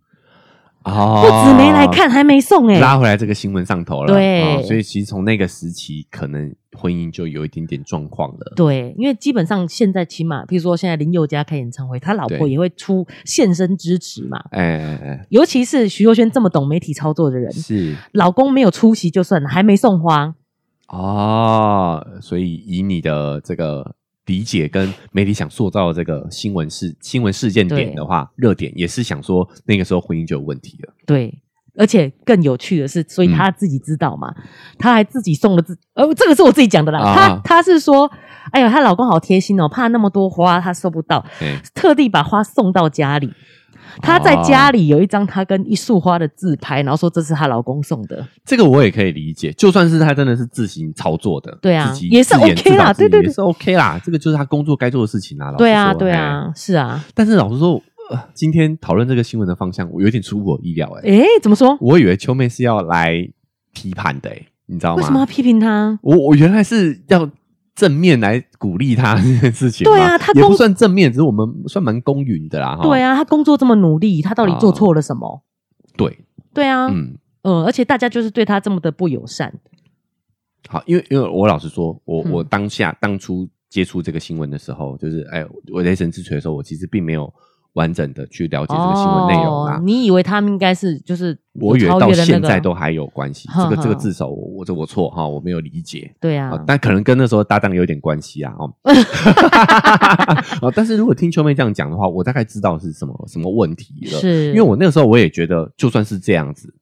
[SPEAKER 1] 哦，
[SPEAKER 2] 不止没来看，还没送哎、
[SPEAKER 1] 拉回来这个新闻上头了，
[SPEAKER 2] 对
[SPEAKER 1] 哦所以其实从那个时期，可能婚姻就有一点点状况了。
[SPEAKER 2] 对，因为基本上现在起码，譬如说现在林宥嘉开演唱会，他老婆
[SPEAKER 1] 对
[SPEAKER 2] 也会出现身支持嘛。
[SPEAKER 1] 哎哎哎，
[SPEAKER 2] 尤其是徐若瑄这么懂媒体操作的人，
[SPEAKER 1] 是
[SPEAKER 2] 老公没有出席就算了，还没送花，
[SPEAKER 1] 哦，所以以你的这个理解跟媒体想塑造的这个新闻事新闻事件点
[SPEAKER 2] 对
[SPEAKER 1] 的话，热点也是想说那个时候婚姻就有问题了。
[SPEAKER 2] 对，而且更有趣的是，所以
[SPEAKER 1] 嗯
[SPEAKER 2] 他自己知道嘛，他还自己送了自，呃，这个是我自己讲的啦。
[SPEAKER 1] 啊
[SPEAKER 2] 他他是说，哎呀，她老公好贴心哦，怕那么多花她收不到，
[SPEAKER 1] 哎，
[SPEAKER 2] 特地把花送到家里。她在家里有一张她跟一束花的自拍，然后说这是她老公送的，
[SPEAKER 1] 这个我也可以理解，就算是他真的是自行操作的，
[SPEAKER 2] 对啊
[SPEAKER 1] 自己
[SPEAKER 2] 也是
[SPEAKER 1] 自言
[SPEAKER 2] OK
[SPEAKER 1] 自导
[SPEAKER 2] 啦
[SPEAKER 1] 自演
[SPEAKER 2] 对对对
[SPEAKER 1] 也是 OK 啦，这个就是他工作该做的事情啊。老实
[SPEAKER 2] 对啊，
[SPEAKER 1] 说
[SPEAKER 2] 对。
[SPEAKER 1] 哎
[SPEAKER 2] 啊，是啊，
[SPEAKER 1] 但是老实说，呃、今天讨论这个新闻的方向，我有点出乎我意料、欸。哎、
[SPEAKER 2] 诶，怎么说？
[SPEAKER 1] 我以为秋妹是要来批判的、欸，你知道
[SPEAKER 2] 为什么要
[SPEAKER 1] 吗？
[SPEAKER 2] 批评他？
[SPEAKER 1] 我我原来是要正面来鼓励她这件事情嘛，
[SPEAKER 2] 对啊她
[SPEAKER 1] 也不
[SPEAKER 2] 公
[SPEAKER 1] 算正面，只是我们算蛮公允的啦。哈
[SPEAKER 2] 对，啊，他工作这么努力，他到底做错了什么？
[SPEAKER 1] 对，
[SPEAKER 2] 对啊，嗯、
[SPEAKER 1] 哦嗯，
[SPEAKER 2] 而且大家就是对他这么的不友善，
[SPEAKER 1] 好，因为因为我老实说，我、
[SPEAKER 2] 嗯
[SPEAKER 1] 我当下当初接触这个新闻的时候，就是哎，我雷神之锤的时候，我其实并没有完整的去了解这个新闻内容啦。啊
[SPEAKER 2] 哦。你以为他们应该是就是
[SPEAKER 1] 我以
[SPEAKER 2] 有
[SPEAKER 1] 为
[SPEAKER 2] 超
[SPEAKER 1] 到
[SPEAKER 2] 越了那
[SPEAKER 1] 现
[SPEAKER 2] 个
[SPEAKER 1] 在都还有关系，这
[SPEAKER 2] 哼
[SPEAKER 1] 个这个
[SPEAKER 2] 哼
[SPEAKER 1] 自首，我我这我错哈，我没有理解。
[SPEAKER 2] 对啊
[SPEAKER 1] 啊，，但可能跟那时候搭档有点关系啊， 哦，啊，但是如果听秋妹这样讲的话，我大概知道是什么什么问题了，
[SPEAKER 2] 是
[SPEAKER 1] 因为我那个时候我也觉得，就算是这样子，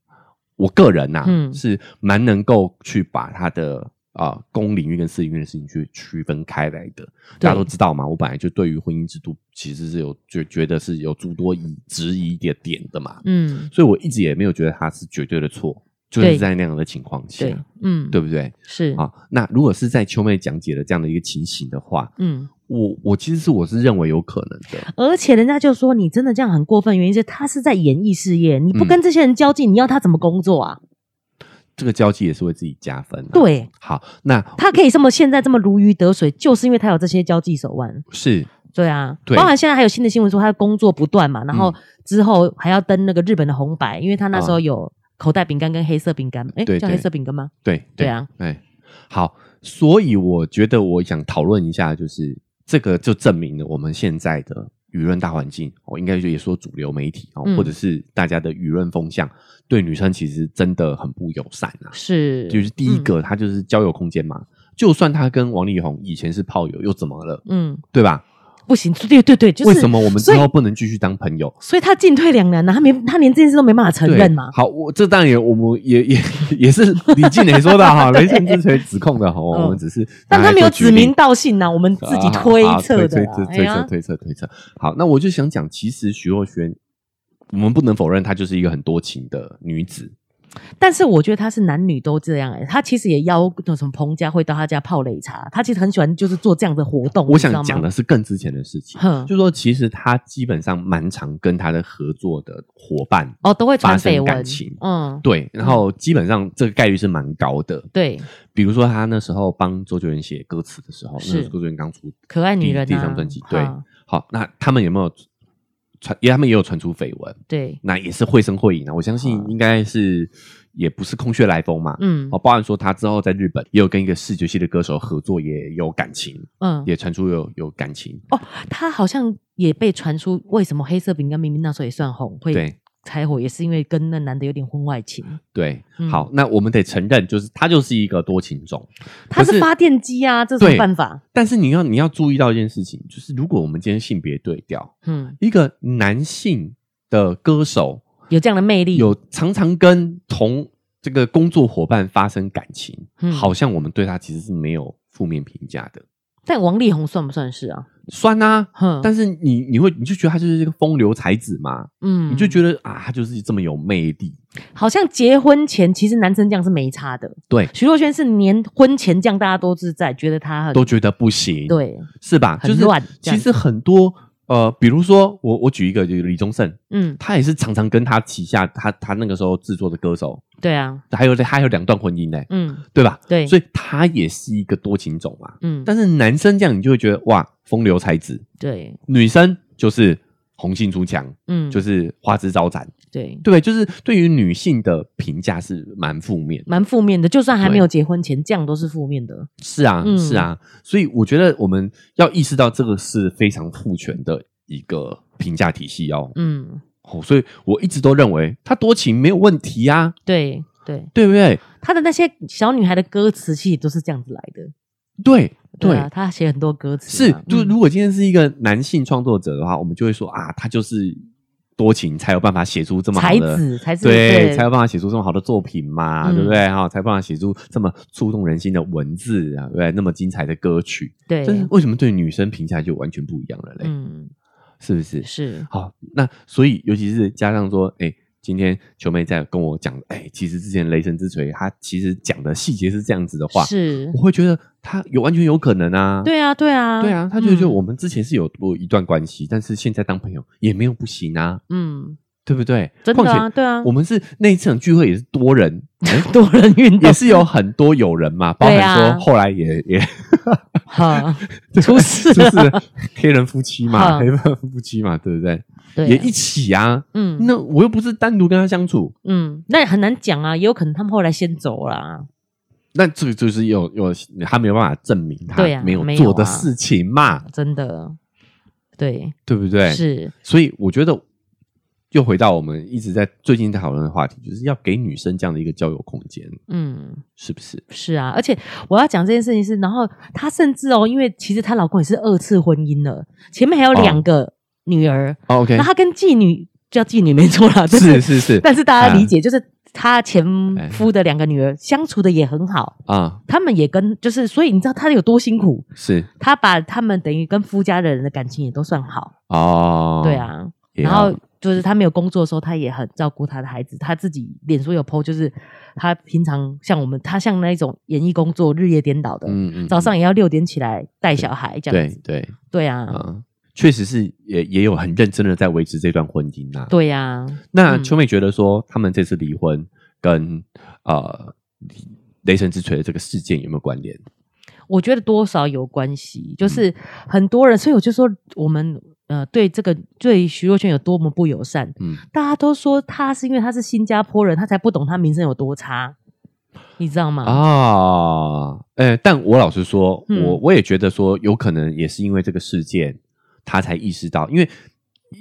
[SPEAKER 1] 我个人呐、
[SPEAKER 2] 嗯
[SPEAKER 1] 是蛮能够去把他的啊、公领域跟私领域的事情去区分开来的。大家都知道嘛，我本来就对于婚姻制度其实是有就觉得是有诸多疑质疑的点的嘛，
[SPEAKER 2] 嗯
[SPEAKER 1] 所以我一直也没有觉得他是绝对的错。就是
[SPEAKER 2] 对
[SPEAKER 1] 在那样的情况下，
[SPEAKER 2] 对，嗯，
[SPEAKER 1] 啊对，不对？
[SPEAKER 2] 是，
[SPEAKER 1] 啊，那如果是在秋妹讲解的这样的一个情形的话，
[SPEAKER 2] 嗯，
[SPEAKER 1] 我我其实是我是认为有可能的，
[SPEAKER 2] 而且人家就说你真的这样很过分，原因是他是在演艺事业，你不
[SPEAKER 1] 嗯
[SPEAKER 2] 跟这些人交际，你要他怎么工作啊？
[SPEAKER 1] 这个交际也是为自己加分、，啊
[SPEAKER 2] 对
[SPEAKER 1] 好，那
[SPEAKER 2] 他可以这么现在这么如鱼得水，就是因为他有这些交际手腕。
[SPEAKER 1] 是
[SPEAKER 2] 对啊，
[SPEAKER 1] 对嗯
[SPEAKER 2] 包含现在还有新的新闻说他工作不断嘛，然后之后还要登那个日本的红白，因为他那时候有口袋饼干跟黑色饼干，哎、
[SPEAKER 1] 啊对
[SPEAKER 2] 叫
[SPEAKER 1] 对
[SPEAKER 2] 黑色饼干吗？
[SPEAKER 1] 对
[SPEAKER 2] 对啊，
[SPEAKER 1] 哎，好，所以我觉得我想讨论一下，就是这个就证明了我们现在的舆论大环境，哦，应该就也说主流媒体哦，
[SPEAKER 2] 嗯
[SPEAKER 1] 或者是大家的舆论风向，对女生其实真的很不友善啊。
[SPEAKER 2] 是，嗯
[SPEAKER 1] 就是第一个，她就是交友空间嘛，就算她跟王力宏以前是炮友，又怎么了？
[SPEAKER 2] 嗯，嗯，
[SPEAKER 1] 对吧？
[SPEAKER 2] 不行，对对对，就是
[SPEAKER 1] 为什么我们之
[SPEAKER 2] 所以
[SPEAKER 1] 后不能继续当朋友？
[SPEAKER 2] 所以他进退两难啊呐、他没他连这件事都没办法承
[SPEAKER 1] 对，
[SPEAKER 2] 认嘛。
[SPEAKER 1] 好，我这当然也，我们也 也也是李静蕾说的 哈，雷神之锤指控的哈，我们只是
[SPEAKER 2] 嗯但他没
[SPEAKER 1] 拿
[SPEAKER 2] 有
[SPEAKER 1] 来做举
[SPEAKER 2] 指
[SPEAKER 1] 例
[SPEAKER 2] 名道姓呐、啊我们自己推测的
[SPEAKER 1] 推啊
[SPEAKER 2] 啦、
[SPEAKER 1] 推
[SPEAKER 2] 哎
[SPEAKER 1] 推测
[SPEAKER 2] 呀
[SPEAKER 1] 推测推测。好，那我就想讲，其实徐若瑄，我们不能否认她就是一个很多情的女子。
[SPEAKER 2] 但是我觉得他是男女都这样、哎，他其实也邀那种彭佳慧到他家泡擂茶，他其实很喜欢就是做这样的活动。
[SPEAKER 1] 我
[SPEAKER 2] 你知道
[SPEAKER 1] 想
[SPEAKER 2] 吗嗯
[SPEAKER 1] 讲的，是更之前的事情，
[SPEAKER 2] 哼，
[SPEAKER 1] 就说其实她基本上蛮常跟她的合作的伙伴
[SPEAKER 2] 哦，都会传
[SPEAKER 1] 发生
[SPEAKER 2] 绯
[SPEAKER 1] 感
[SPEAKER 2] 闻
[SPEAKER 1] 情，
[SPEAKER 2] 嗯，
[SPEAKER 1] 对，然后基本上这个概率是蛮高的。
[SPEAKER 2] 对，
[SPEAKER 1] 比如说她那时候帮周杰伦写歌词的时候，那
[SPEAKER 2] 是
[SPEAKER 1] 时候周杰伦刚出
[SPEAKER 2] 可爱女
[SPEAKER 1] 第
[SPEAKER 2] 人、啊、
[SPEAKER 1] 第一张专辑，对
[SPEAKER 2] 哈，
[SPEAKER 1] 好，那他们有没有传？因为他们也有传出绯闻。
[SPEAKER 2] 对，
[SPEAKER 1] 那也是绘声绘影啊。我相信应该是也不是空穴来风嘛。
[SPEAKER 2] 嗯
[SPEAKER 1] 哦，包含说他之后在日本也有跟一个视觉系的歌手合作，也有感情，
[SPEAKER 2] 嗯，
[SPEAKER 1] 也传出有有感情。
[SPEAKER 2] 他好像也被传出为什么黑色饼干明明那时候也算红，会
[SPEAKER 1] 对
[SPEAKER 2] 柴火也是因为跟那男的有点婚外情，
[SPEAKER 1] 对，
[SPEAKER 2] 嗯
[SPEAKER 1] 好，那我们得承认，就是他就是一个多情种。
[SPEAKER 2] 他
[SPEAKER 1] 可
[SPEAKER 2] 是
[SPEAKER 1] 是
[SPEAKER 2] 发电机啊，这什么
[SPEAKER 1] 对
[SPEAKER 2] 办法？
[SPEAKER 1] 但是你要你要注意到一件事情，就是如果我们今天性别对调，
[SPEAKER 2] 嗯，
[SPEAKER 1] 一个男性的歌手
[SPEAKER 2] 有这样的魅力，
[SPEAKER 1] 有常常跟同这个工作伙伴发生感情，
[SPEAKER 2] 嗯
[SPEAKER 1] 好像我们对他其实是没有负面评价的。
[SPEAKER 2] 但王力宏算不算是啊？
[SPEAKER 1] 酸啊，
[SPEAKER 2] 哼，
[SPEAKER 1] 但是你你会你就觉得他就是一个风流才子嘛，
[SPEAKER 2] 嗯
[SPEAKER 1] 你就觉得啊，他就是这么有魅力。
[SPEAKER 2] 好像结婚前其实男生这样是没差的。
[SPEAKER 1] 对，
[SPEAKER 2] 徐若瑄是连婚前这样，大家都是在觉得她很
[SPEAKER 1] 都觉得不行，，
[SPEAKER 2] 对，
[SPEAKER 1] 是吧？
[SPEAKER 2] 很
[SPEAKER 1] 就是
[SPEAKER 2] 乱这
[SPEAKER 1] 其
[SPEAKER 2] 样
[SPEAKER 1] 实很多呃，比如说我我举一个，就是李宗盛，
[SPEAKER 2] 嗯，
[SPEAKER 1] 他也是常常跟他旗下他他那个时候制作的歌手，
[SPEAKER 2] 对啊，
[SPEAKER 1] 还有他还有两段婚姻呢、
[SPEAKER 2] 嗯，
[SPEAKER 1] 对吧？
[SPEAKER 2] 对，
[SPEAKER 1] 所
[SPEAKER 2] 以
[SPEAKER 1] 以他也是一个多情种嘛。
[SPEAKER 2] 嗯，
[SPEAKER 1] 但是男生这样，你就会觉得哇，风流才子；
[SPEAKER 2] 对，
[SPEAKER 1] 女生就是红杏出墙，
[SPEAKER 2] 嗯，
[SPEAKER 1] 就是花枝招展。
[SPEAKER 2] 对，
[SPEAKER 1] 对，就是对于女性的评价是蛮负面的。
[SPEAKER 2] 蛮负面的。就算还
[SPEAKER 1] 对
[SPEAKER 2] 没有结婚前，这样都是负面的。
[SPEAKER 1] 是啊，
[SPEAKER 2] 嗯
[SPEAKER 1] 是啊，所以我觉得我们要意识到这个是非常父权的一个评价体系哦。
[SPEAKER 2] 嗯，
[SPEAKER 1] 哦，所以我一直都认为他多情没有问题啊，
[SPEAKER 2] 对对，
[SPEAKER 1] 对不对？
[SPEAKER 2] 她的那些小女孩的歌词其实都是这样子来的。
[SPEAKER 1] 对对。
[SPEAKER 2] 啊，她写很多歌词
[SPEAKER 1] 是
[SPEAKER 2] 嘛，
[SPEAKER 1] 就
[SPEAKER 2] 嗯
[SPEAKER 1] 如果今天是一个男性创作者的话，我们就会说啊，他就是多情才有办法写出这么好
[SPEAKER 2] 才
[SPEAKER 1] 的
[SPEAKER 2] 子才是
[SPEAKER 1] 对，才有办法写出这么好的作品嘛，
[SPEAKER 2] 嗯
[SPEAKER 1] 对不对？哈，才有办法写出这么触动人心的文字啊，对不对？那么精彩的歌曲，但是
[SPEAKER 2] 对，
[SPEAKER 1] 为什么对女生评价就完全不一样了嘞？
[SPEAKER 2] 嗯，
[SPEAKER 1] 是不是？
[SPEAKER 2] 是，
[SPEAKER 1] 好，那所以尤其是加上说，哎，今天球妹在跟我讲，哎，其实之前《雷神之锤》它其实讲的细节是这样子的话，
[SPEAKER 2] 是
[SPEAKER 1] 我，会觉得它有完全有可能啊。
[SPEAKER 2] 对啊，对啊，
[SPEAKER 1] 对啊，他就觉得
[SPEAKER 2] 嗯
[SPEAKER 1] 我们之前是有过一段关系，但是现在当朋友也没有不行啊，
[SPEAKER 2] 嗯，
[SPEAKER 1] 对不对？
[SPEAKER 2] 真
[SPEAKER 1] 况
[SPEAKER 2] 的
[SPEAKER 1] 且
[SPEAKER 2] 啊，对啊，
[SPEAKER 1] 我们是那一次场聚会也是多人， 哎
[SPEAKER 2] 多人运动
[SPEAKER 1] 也是有很多友人嘛，包含
[SPEAKER 2] 对啊
[SPEAKER 1] 说后来也也
[SPEAKER 2] 哈，出事
[SPEAKER 1] 就
[SPEAKER 2] 了，
[SPEAKER 1] 是黑人夫妻嘛，
[SPEAKER 2] 嗯
[SPEAKER 1] 黑人夫妻嘛，对不对？
[SPEAKER 2] 对啊
[SPEAKER 1] 也一起啊。
[SPEAKER 2] 嗯
[SPEAKER 1] 那我又不是单独跟他相处，
[SPEAKER 2] 嗯，那也很难讲啊，也有可能他们后来先走啊啦，
[SPEAKER 1] 那这个就是有有他没有办法证明他
[SPEAKER 2] 对啊
[SPEAKER 1] 没有
[SPEAKER 2] 没有
[SPEAKER 1] 做的
[SPEAKER 2] 啊
[SPEAKER 1] 事情嘛，
[SPEAKER 2] 真的，对，
[SPEAKER 1] 对不对？
[SPEAKER 2] 是，
[SPEAKER 1] 所以我觉得，又回到我们一直在最近在讨论的话题，就是要给女生这样的一个交友空间，
[SPEAKER 2] 嗯，
[SPEAKER 1] 是不是？
[SPEAKER 2] 是啊，而且我要讲这件事情是，然后她甚至哦，因为其实她老公也是二次婚姻了，前面还有
[SPEAKER 1] 哦
[SPEAKER 2] 两个女儿，
[SPEAKER 1] 哦 OK，
[SPEAKER 2] 那她跟妓女叫妓女没错啦，就是
[SPEAKER 1] 是啊哎是
[SPEAKER 2] 但是大家理解就是。她前夫的两个女儿相处的也很好，
[SPEAKER 1] 啊，
[SPEAKER 2] 他们也跟就是，所以你知道她有多辛苦，
[SPEAKER 1] 是
[SPEAKER 2] 她把他们等于跟夫家的人的感情也都算好，
[SPEAKER 1] 哦，
[SPEAKER 2] 对，啊，
[SPEAKER 1] 也
[SPEAKER 2] 然
[SPEAKER 1] 要
[SPEAKER 2] 后就是他没有工作的时候，他也很照顾他的孩子。他自己脸书有 PO，就是他平常像我们，他像那一种演艺工作日夜颠倒的，
[SPEAKER 1] 嗯嗯
[SPEAKER 2] 早上也要六点起来带小孩这样
[SPEAKER 1] 对
[SPEAKER 2] 子。
[SPEAKER 1] 对
[SPEAKER 2] 对啊，
[SPEAKER 1] 啊，确实是也也有很认真的在维持这段婚姻呐、
[SPEAKER 2] 对呀，
[SPEAKER 1] 那
[SPEAKER 2] 嗯
[SPEAKER 1] 秋妹觉得说，他们这次离婚跟呃雷神之锤的这个事件有没有关联？
[SPEAKER 2] 我觉得多少有关
[SPEAKER 1] 嗯
[SPEAKER 2] 系，就是很多人，所以我就说我们呃对这个对徐若瑄有多么不友善。
[SPEAKER 1] 嗯，
[SPEAKER 2] 大家都说她是因为她是新加坡人，她才不懂她名声有多差，你知道吗？
[SPEAKER 1] 啊，哎、但我老实说，
[SPEAKER 2] 啊嗯
[SPEAKER 1] 我我也觉得说，有可能也是因为这个事件，他才意识到，因为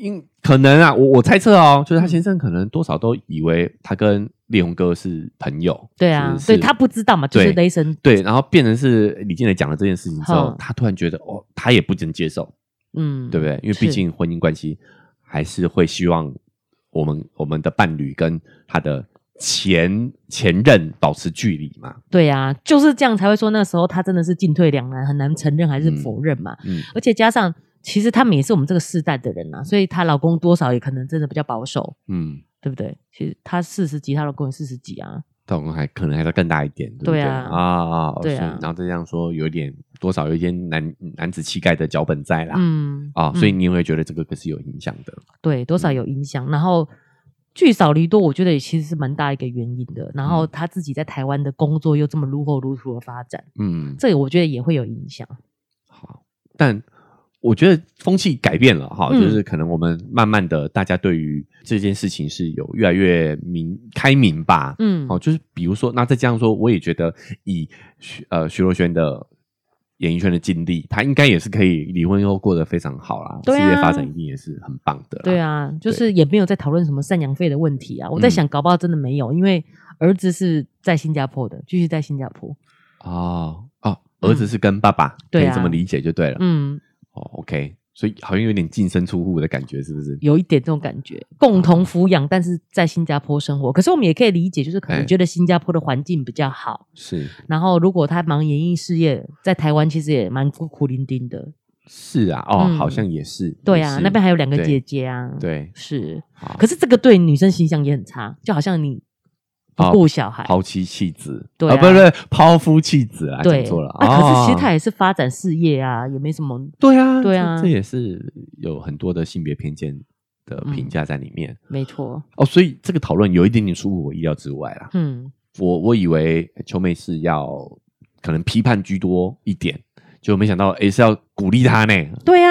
[SPEAKER 1] 因可能啊，我我猜测哦，就是他先生可能多少都以为他跟烈红哥是朋友，
[SPEAKER 2] 对啊，
[SPEAKER 1] 是
[SPEAKER 2] 所以她不知道嘛，就
[SPEAKER 1] 对
[SPEAKER 2] 是雷神，
[SPEAKER 1] 对，然后变成是李静蕾讲了这件事情之后
[SPEAKER 2] 哼，
[SPEAKER 1] 他突然觉得哦，他也不能接受，
[SPEAKER 2] 嗯，
[SPEAKER 1] 对不对？因为毕
[SPEAKER 2] 是
[SPEAKER 1] 竟婚姻关系还是会希望我们我们的伴侣跟他的前前任保持距离嘛，
[SPEAKER 2] 对啊，就是这样才会说那时候他真的是进退两难，很难承认还是否认嘛。
[SPEAKER 1] 嗯
[SPEAKER 2] 而且加上，其实他们也是我们这个世代的人啊，所以她老公多少也可能真的比较保守，
[SPEAKER 1] 嗯。
[SPEAKER 2] 对不对？其实她四十几，她老公也四十几啊，
[SPEAKER 1] 老公还可能还要更大一点，对不对
[SPEAKER 2] 对啊
[SPEAKER 1] 啊啊，
[SPEAKER 2] 对啊
[SPEAKER 1] 所以然后再这样说，有点多少有一点男男子气概的脚本在啦，
[SPEAKER 2] 嗯，
[SPEAKER 1] 啊，
[SPEAKER 2] 嗯
[SPEAKER 1] 所以嗯你也会觉得这个可是有影响的，
[SPEAKER 2] 对多少有影响。然后聚少离多，我觉得也其实是蛮大一个原因的。然后她自己在台湾的工作又这么如火如荼的发展，
[SPEAKER 1] 嗯，
[SPEAKER 2] 这个我觉得也会有影响。
[SPEAKER 1] 好，但我觉得风气改变了哈，
[SPEAKER 2] 嗯
[SPEAKER 1] 就是可能我们慢慢的大家对于这件事情是有越来越明开明吧，
[SPEAKER 2] 嗯，
[SPEAKER 1] 哦，就是比如说，那再这样说，我也觉得以徐呃徐若瑄的演艺圈的经历，她应该也是可以离婚后过得非常好啦，
[SPEAKER 2] 对啊
[SPEAKER 1] 事业发展一定也是很棒的。
[SPEAKER 2] 对，啊，就
[SPEAKER 1] 对
[SPEAKER 2] 是也没有在讨论什么赡养费的问题啊。我在
[SPEAKER 1] 嗯
[SPEAKER 2] 想，搞不好真的没有，因为儿子是在新加坡的，继续在新加坡。
[SPEAKER 1] 哦哦，儿子是跟爸爸，可
[SPEAKER 2] 嗯对
[SPEAKER 1] 以
[SPEAKER 2] 啊
[SPEAKER 1] 这么理解就对了。
[SPEAKER 2] 嗯，
[SPEAKER 1] 哦，OK，所以好像有点净身出户的感觉，是不是？
[SPEAKER 2] 有一点这种感觉，共同
[SPEAKER 1] 嗯
[SPEAKER 2] 抚养，但是在新加坡生活。可是我们也可以理解，就是可
[SPEAKER 1] 哎
[SPEAKER 2] 能觉得新加坡的环境比较好，
[SPEAKER 1] 是
[SPEAKER 2] 然后如果他忙演艺事业，在台湾其实也蛮孤苦伶仃的。
[SPEAKER 1] 是啊，哦，
[SPEAKER 2] 嗯
[SPEAKER 1] 好像也是。
[SPEAKER 2] 对
[SPEAKER 1] 也
[SPEAKER 2] 啊，
[SPEAKER 1] 是
[SPEAKER 2] 那边还有两个
[SPEAKER 1] 对
[SPEAKER 2] 姐姐啊。，
[SPEAKER 1] 对，
[SPEAKER 2] 是。
[SPEAKER 1] 好
[SPEAKER 2] 可是这个对女生形象也很差，就好像你不
[SPEAKER 1] 哦
[SPEAKER 2] 顾小孩，
[SPEAKER 1] 抛妻弃子，
[SPEAKER 2] 对
[SPEAKER 1] 啊，
[SPEAKER 2] 啊
[SPEAKER 1] 不是不是抛夫弃子啊，
[SPEAKER 2] 对
[SPEAKER 1] 讲错了。
[SPEAKER 2] 啊。可是其实他
[SPEAKER 1] 哦
[SPEAKER 2] 也是发展事业啊，也没什么，
[SPEAKER 1] 对啊，
[SPEAKER 2] 对
[SPEAKER 1] 这
[SPEAKER 2] 啊
[SPEAKER 1] 这也是有很多的性别偏见的
[SPEAKER 2] 嗯
[SPEAKER 1] 评价在里面、
[SPEAKER 2] 没错。
[SPEAKER 1] 哦，所以这个讨论有一点点出乎我意料之外啦。
[SPEAKER 2] 嗯，
[SPEAKER 1] 我我以为秋妹是要可能批判居多一点，就没想到诶是要鼓励她呢。
[SPEAKER 2] 对啊，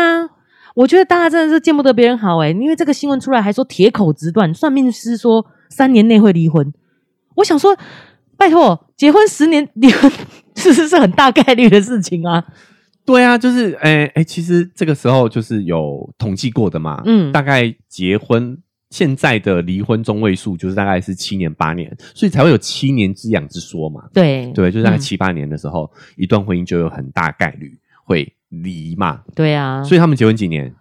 [SPEAKER 2] 我觉得大家真的是见不得别人好哎、因为这个新闻出来还说铁口直断，算命师说三年内会离婚。我想说，拜托，结婚十年离婚，是是是很大概率的事情啊。
[SPEAKER 1] 对啊，就是诶诶，其实这个时候就是有统计过的嘛，
[SPEAKER 2] 嗯
[SPEAKER 1] 大概结婚。现在的离婚中位数就是大概是七年八年，所以才会有七年之痒之说嘛。
[SPEAKER 2] 对
[SPEAKER 1] 对，就是大概
[SPEAKER 2] 嗯
[SPEAKER 1] 七八年的时候，一段婚姻就有很大概率会离嘛。
[SPEAKER 2] 对啊，
[SPEAKER 1] 所以他们结婚几年？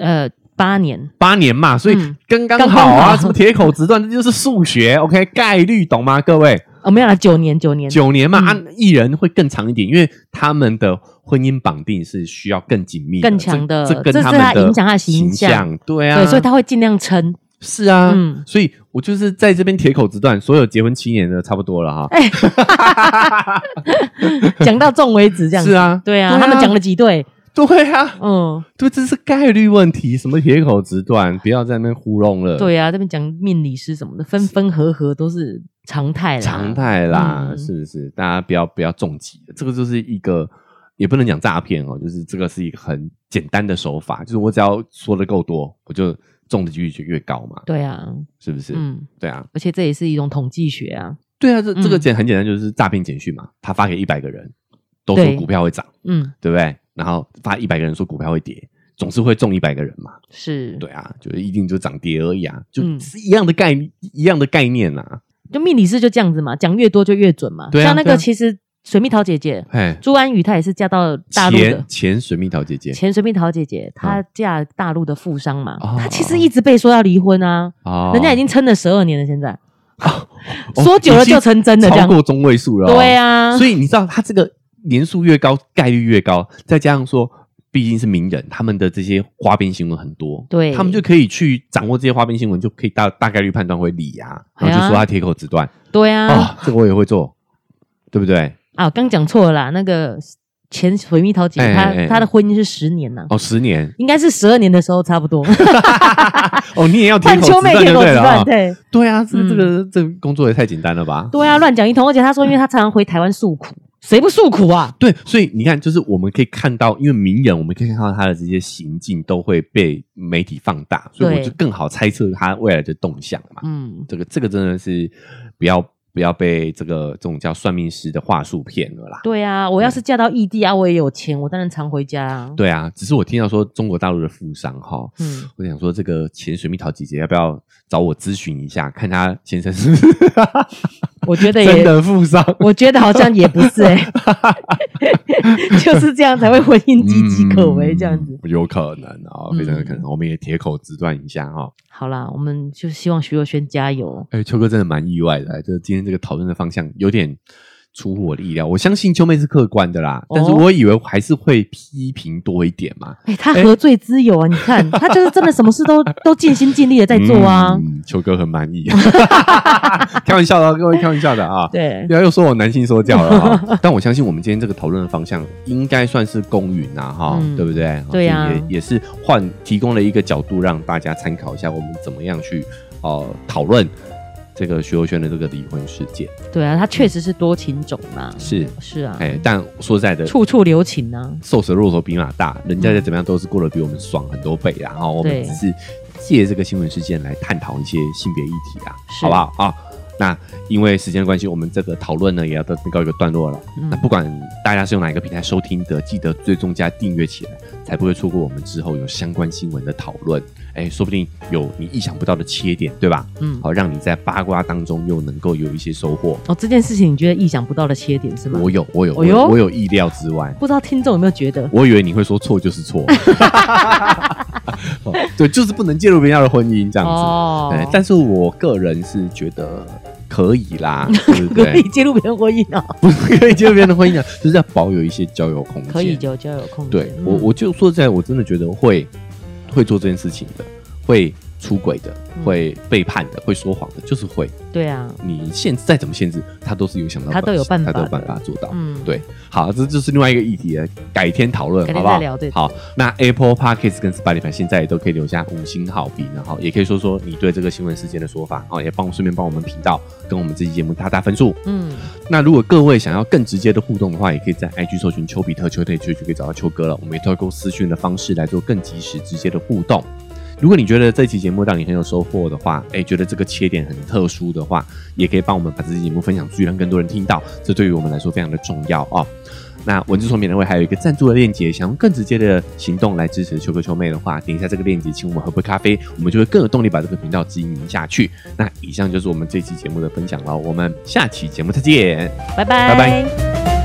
[SPEAKER 2] 呃，八年
[SPEAKER 1] 八年嘛，所以
[SPEAKER 2] 嗯
[SPEAKER 1] 刚刚
[SPEAKER 2] 刚
[SPEAKER 1] 好
[SPEAKER 2] 刚
[SPEAKER 1] 啊，
[SPEAKER 2] 好
[SPEAKER 1] 什么铁口直断，这就是数学，OK，概率懂吗？各位，
[SPEAKER 2] 哦，没有啦，九年九年，
[SPEAKER 1] 九年嘛，
[SPEAKER 2] 嗯
[SPEAKER 1] 按艺人会更长一点，因为他们的婚姻绑定是需要更紧密的、
[SPEAKER 2] 更强的
[SPEAKER 1] 这这跟
[SPEAKER 2] 这是
[SPEAKER 1] 他们
[SPEAKER 2] 他
[SPEAKER 1] 的
[SPEAKER 2] 影响他的
[SPEAKER 1] 形
[SPEAKER 2] 形象
[SPEAKER 1] 象，对啊，
[SPEAKER 2] 对，所以他会尽 量撑。
[SPEAKER 1] 是啊，
[SPEAKER 2] 嗯
[SPEAKER 1] 所以我就是在这边铁口直断，所有结婚七年的差不多了哈，
[SPEAKER 2] 哎，讲到重为止，这样
[SPEAKER 1] 是
[SPEAKER 2] 子。
[SPEAKER 1] 啊，
[SPEAKER 2] 对啊，
[SPEAKER 1] 对啊
[SPEAKER 2] 他们讲了几对，
[SPEAKER 1] 对啊，
[SPEAKER 2] 嗯，
[SPEAKER 1] 对，这是概率问题，什么铁口直断，不要在那边糊弄了。
[SPEAKER 2] 对啊，这边讲命理师什么的，分分合合都是常态啦。
[SPEAKER 1] 常态啦，
[SPEAKER 2] 嗯
[SPEAKER 1] 是不是？大家不要不要重疾，这个就是一个也不能讲诈骗哦，就是这个是一个很简单的手法，就是我只要说的够多，我就中的几率就越高嘛，
[SPEAKER 2] 对啊，
[SPEAKER 1] 是不是？
[SPEAKER 2] 嗯，
[SPEAKER 1] 对啊，
[SPEAKER 2] 而且这也是一种统计学啊，
[SPEAKER 1] 对啊，这这个
[SPEAKER 2] 嗯
[SPEAKER 1] 简很简单，就是诈骗简讯嘛，他发给一百个人，都说
[SPEAKER 2] 对
[SPEAKER 1] 股票会涨，
[SPEAKER 2] 嗯，
[SPEAKER 1] 对不对？然后发一百个人说股票会跌，总是会中一百个人嘛，
[SPEAKER 2] 是，
[SPEAKER 1] 对啊，就是一定就涨跌而已啊，就
[SPEAKER 2] 嗯
[SPEAKER 1] 是一样的概、一样的概念呐、
[SPEAKER 2] 就命理师就这样子嘛，讲越多就越准嘛。
[SPEAKER 1] 对啊
[SPEAKER 2] 像那
[SPEAKER 1] 对啊
[SPEAKER 2] 个其实水蜜桃姐姐
[SPEAKER 1] 哎，
[SPEAKER 2] 朱安宇，她也是嫁到大陆
[SPEAKER 1] 前
[SPEAKER 2] 的。
[SPEAKER 1] 前水蜜桃姐姐
[SPEAKER 2] 前水蜜桃姐姐，她嫁大陆的富商嘛，
[SPEAKER 1] 哦
[SPEAKER 2] 她其实一直被说要离婚啊，
[SPEAKER 1] 哦
[SPEAKER 2] 人家已经撑了十二年了，现在
[SPEAKER 1] 哦
[SPEAKER 2] 说久了
[SPEAKER 1] 已经
[SPEAKER 2] 就成真的
[SPEAKER 1] 超
[SPEAKER 2] 这样，
[SPEAKER 1] 过中位数了、哦
[SPEAKER 2] 对，啊，
[SPEAKER 1] 所以你知道他这个年数越高，概率越高，再加上说毕竟是名人，他们的这些花边新闻很多，
[SPEAKER 2] 对
[SPEAKER 1] 他们就可以去掌握这些花边新闻，就可以大大概率判断会理啊，
[SPEAKER 2] 哎呀
[SPEAKER 1] 然后就说他铁口直断
[SPEAKER 2] 对啊，
[SPEAKER 1] 啊，这个我也会做，对不对？
[SPEAKER 2] 啊，刚讲错了啦，那个前水蜜桃姐，
[SPEAKER 1] 哎
[SPEAKER 2] 她
[SPEAKER 1] 哎哎
[SPEAKER 2] 她的婚姻是十年呐、
[SPEAKER 1] 哦，十年
[SPEAKER 2] 应该是十二年的时候差不 多，
[SPEAKER 1] 哦，你也要铁
[SPEAKER 2] 换
[SPEAKER 1] 口直
[SPEAKER 2] 秋妹
[SPEAKER 1] 断就
[SPEAKER 2] 铁口
[SPEAKER 1] 对
[SPEAKER 2] 直
[SPEAKER 1] 了
[SPEAKER 2] 断，
[SPEAKER 1] 啊，
[SPEAKER 2] 对
[SPEAKER 1] 对啊，这
[SPEAKER 2] 嗯
[SPEAKER 1] 这个这个工作也太简单了吧？
[SPEAKER 2] 对啊，乱讲一通。而且她说，因为她常常回台湾诉苦，谁不诉苦啊？
[SPEAKER 1] 对，所以你看，就是我们可以看到，因为名人，我们可以看到他的这些行径都会被媒体放大，所以我
[SPEAKER 2] 对
[SPEAKER 1] 就更好猜测他未来的动向嘛。
[SPEAKER 2] 嗯，
[SPEAKER 1] 这个这个真的是不要不要被这个这种叫算命师的话术骗了啦。
[SPEAKER 2] 对啊，我要是嫁到异地啊，我也有钱，我当然常回家啊。
[SPEAKER 1] 对啊，只是我听到说中国大陆的富商哈，
[SPEAKER 2] 嗯，
[SPEAKER 1] 我想说这个前水蜜桃姐姐要不要找我咨询一下，看她先生是不是
[SPEAKER 2] 我觉得
[SPEAKER 1] 真
[SPEAKER 2] 也，
[SPEAKER 1] 的富商？
[SPEAKER 2] 我觉得好像也不是哎、 就是这样才会婚姻岌岌可危这样子。嗯
[SPEAKER 1] 嗯有可能啊、非常有可能。我们也铁口直断一下哈、
[SPEAKER 2] 好啦，我们就希望徐若瑄加油。
[SPEAKER 1] 哎、秋哥真的蛮意外的，哎就是今天这个讨论的方向有点出乎我的意料。我相信秋妹是客观的啦，但是
[SPEAKER 2] 哦
[SPEAKER 1] 我以为还是会批评多一点嘛。
[SPEAKER 2] 哎、她何罪之有啊？你看，她 就是真的什么事都都尽心尽力的在做啊。
[SPEAKER 1] 嗯，秋哥很满 意， 开玩笑的、啊，各位开玩笑的啊。
[SPEAKER 2] 对
[SPEAKER 1] 不，要又说我男性说教了哈、但我相信我们今天这个讨论的方向应该算是公允啊哈、
[SPEAKER 2] 嗯
[SPEAKER 1] 对不对？
[SPEAKER 2] 对啊
[SPEAKER 1] 也也是换提供了一个角度让大家参考一下，我们怎么样去呃讨论这个徐若瑄的这个离婚事件
[SPEAKER 2] 对啊，她确实是多情种嘛。
[SPEAKER 1] 是。
[SPEAKER 2] 是啊，
[SPEAKER 1] 哎，但说实在的，
[SPEAKER 2] 处处留情啊。
[SPEAKER 1] 瘦死的骆驼比马大，人家再怎么样都是过得比我们爽很多倍啦。然后我们
[SPEAKER 2] 嗯对
[SPEAKER 1] 只是借这个新闻事件来探讨一些性别议题啦，
[SPEAKER 2] 是
[SPEAKER 1] 好不好啊？那因为时间的关系，我们这个讨论呢也要到告一个段落了。
[SPEAKER 2] 嗯
[SPEAKER 1] 那不管大家是用哪一个平台收听的，记得追踪加订阅起来，才不会错过我们之后有相关新闻的讨论。哎，说不定有你意想不到的切点，对吧？
[SPEAKER 2] 嗯，
[SPEAKER 1] 好，让你在八卦当中又能够有一些收获。
[SPEAKER 2] 哦，这件事情你觉得意想不到的切点是吗？
[SPEAKER 1] 我有，我有，我
[SPEAKER 2] 哎
[SPEAKER 1] 有，
[SPEAKER 2] 呦
[SPEAKER 1] 我有意料之外。
[SPEAKER 2] 不知道听众有没有觉得？
[SPEAKER 1] 我以为你会说错就是错，哦对，就是不能介入别人家的婚姻这样子。
[SPEAKER 2] 哦
[SPEAKER 1] 对，但是我个人是觉得可以 啦，对不
[SPEAKER 2] 可
[SPEAKER 1] 对
[SPEAKER 2] 以？介入别人婚姻 啊，
[SPEAKER 1] 不是可以介入别人的婚姻啊，就是要保有一些交友空间。
[SPEAKER 2] 可以就就有空间。
[SPEAKER 1] 对
[SPEAKER 2] 嗯
[SPEAKER 1] 我，我就说实在，我真的觉得会会做这件事情的，会出轨的，
[SPEAKER 2] 嗯
[SPEAKER 1] 会背叛的，会说谎的，就是会。
[SPEAKER 2] 对啊，
[SPEAKER 1] 你限再怎么限制，他都是有想到，
[SPEAKER 2] 他都有办法
[SPEAKER 1] 他都有
[SPEAKER 2] 的
[SPEAKER 1] 办法做到。
[SPEAKER 2] 嗯，
[SPEAKER 1] 对，好，这就是另外一个议题了，改天讨论，
[SPEAKER 2] 改
[SPEAKER 1] 好
[SPEAKER 2] 天
[SPEAKER 1] 不好？
[SPEAKER 2] 再聊对
[SPEAKER 1] 好，那 Apple Podcast 跟 Spotify 现在也都可以留下五星好评，然后也可以说说你对这个新闻事件的说法，哦，也帮顺便帮我们频道跟我们这期节目打打分数。
[SPEAKER 2] 嗯，
[SPEAKER 1] 那如果各位想要更直接的互动的话，也可以在 IG 搜寻丘比特丘特丘就可以找到丘哥了。我们也透过私讯的方式来做更及时、直接的互动。如果你觉得这期节目让你很有收获的话，哎，觉得这个切点很特殊的话，也可以帮我们把这期节目分享出去，让更多人听到，这对于我们来说非常的重要哦。那文字说明呢会还有一个赞助的链接，想用更直接的行动来支持秋哥秋妹的话，点一下这个链接，请我们喝杯咖啡，我们就会更有动力把这个频道经营下去。那以上就是我们这期节目的分享了，我们下期节目再见。
[SPEAKER 2] 拜
[SPEAKER 1] 拜
[SPEAKER 2] 拜
[SPEAKER 1] 拜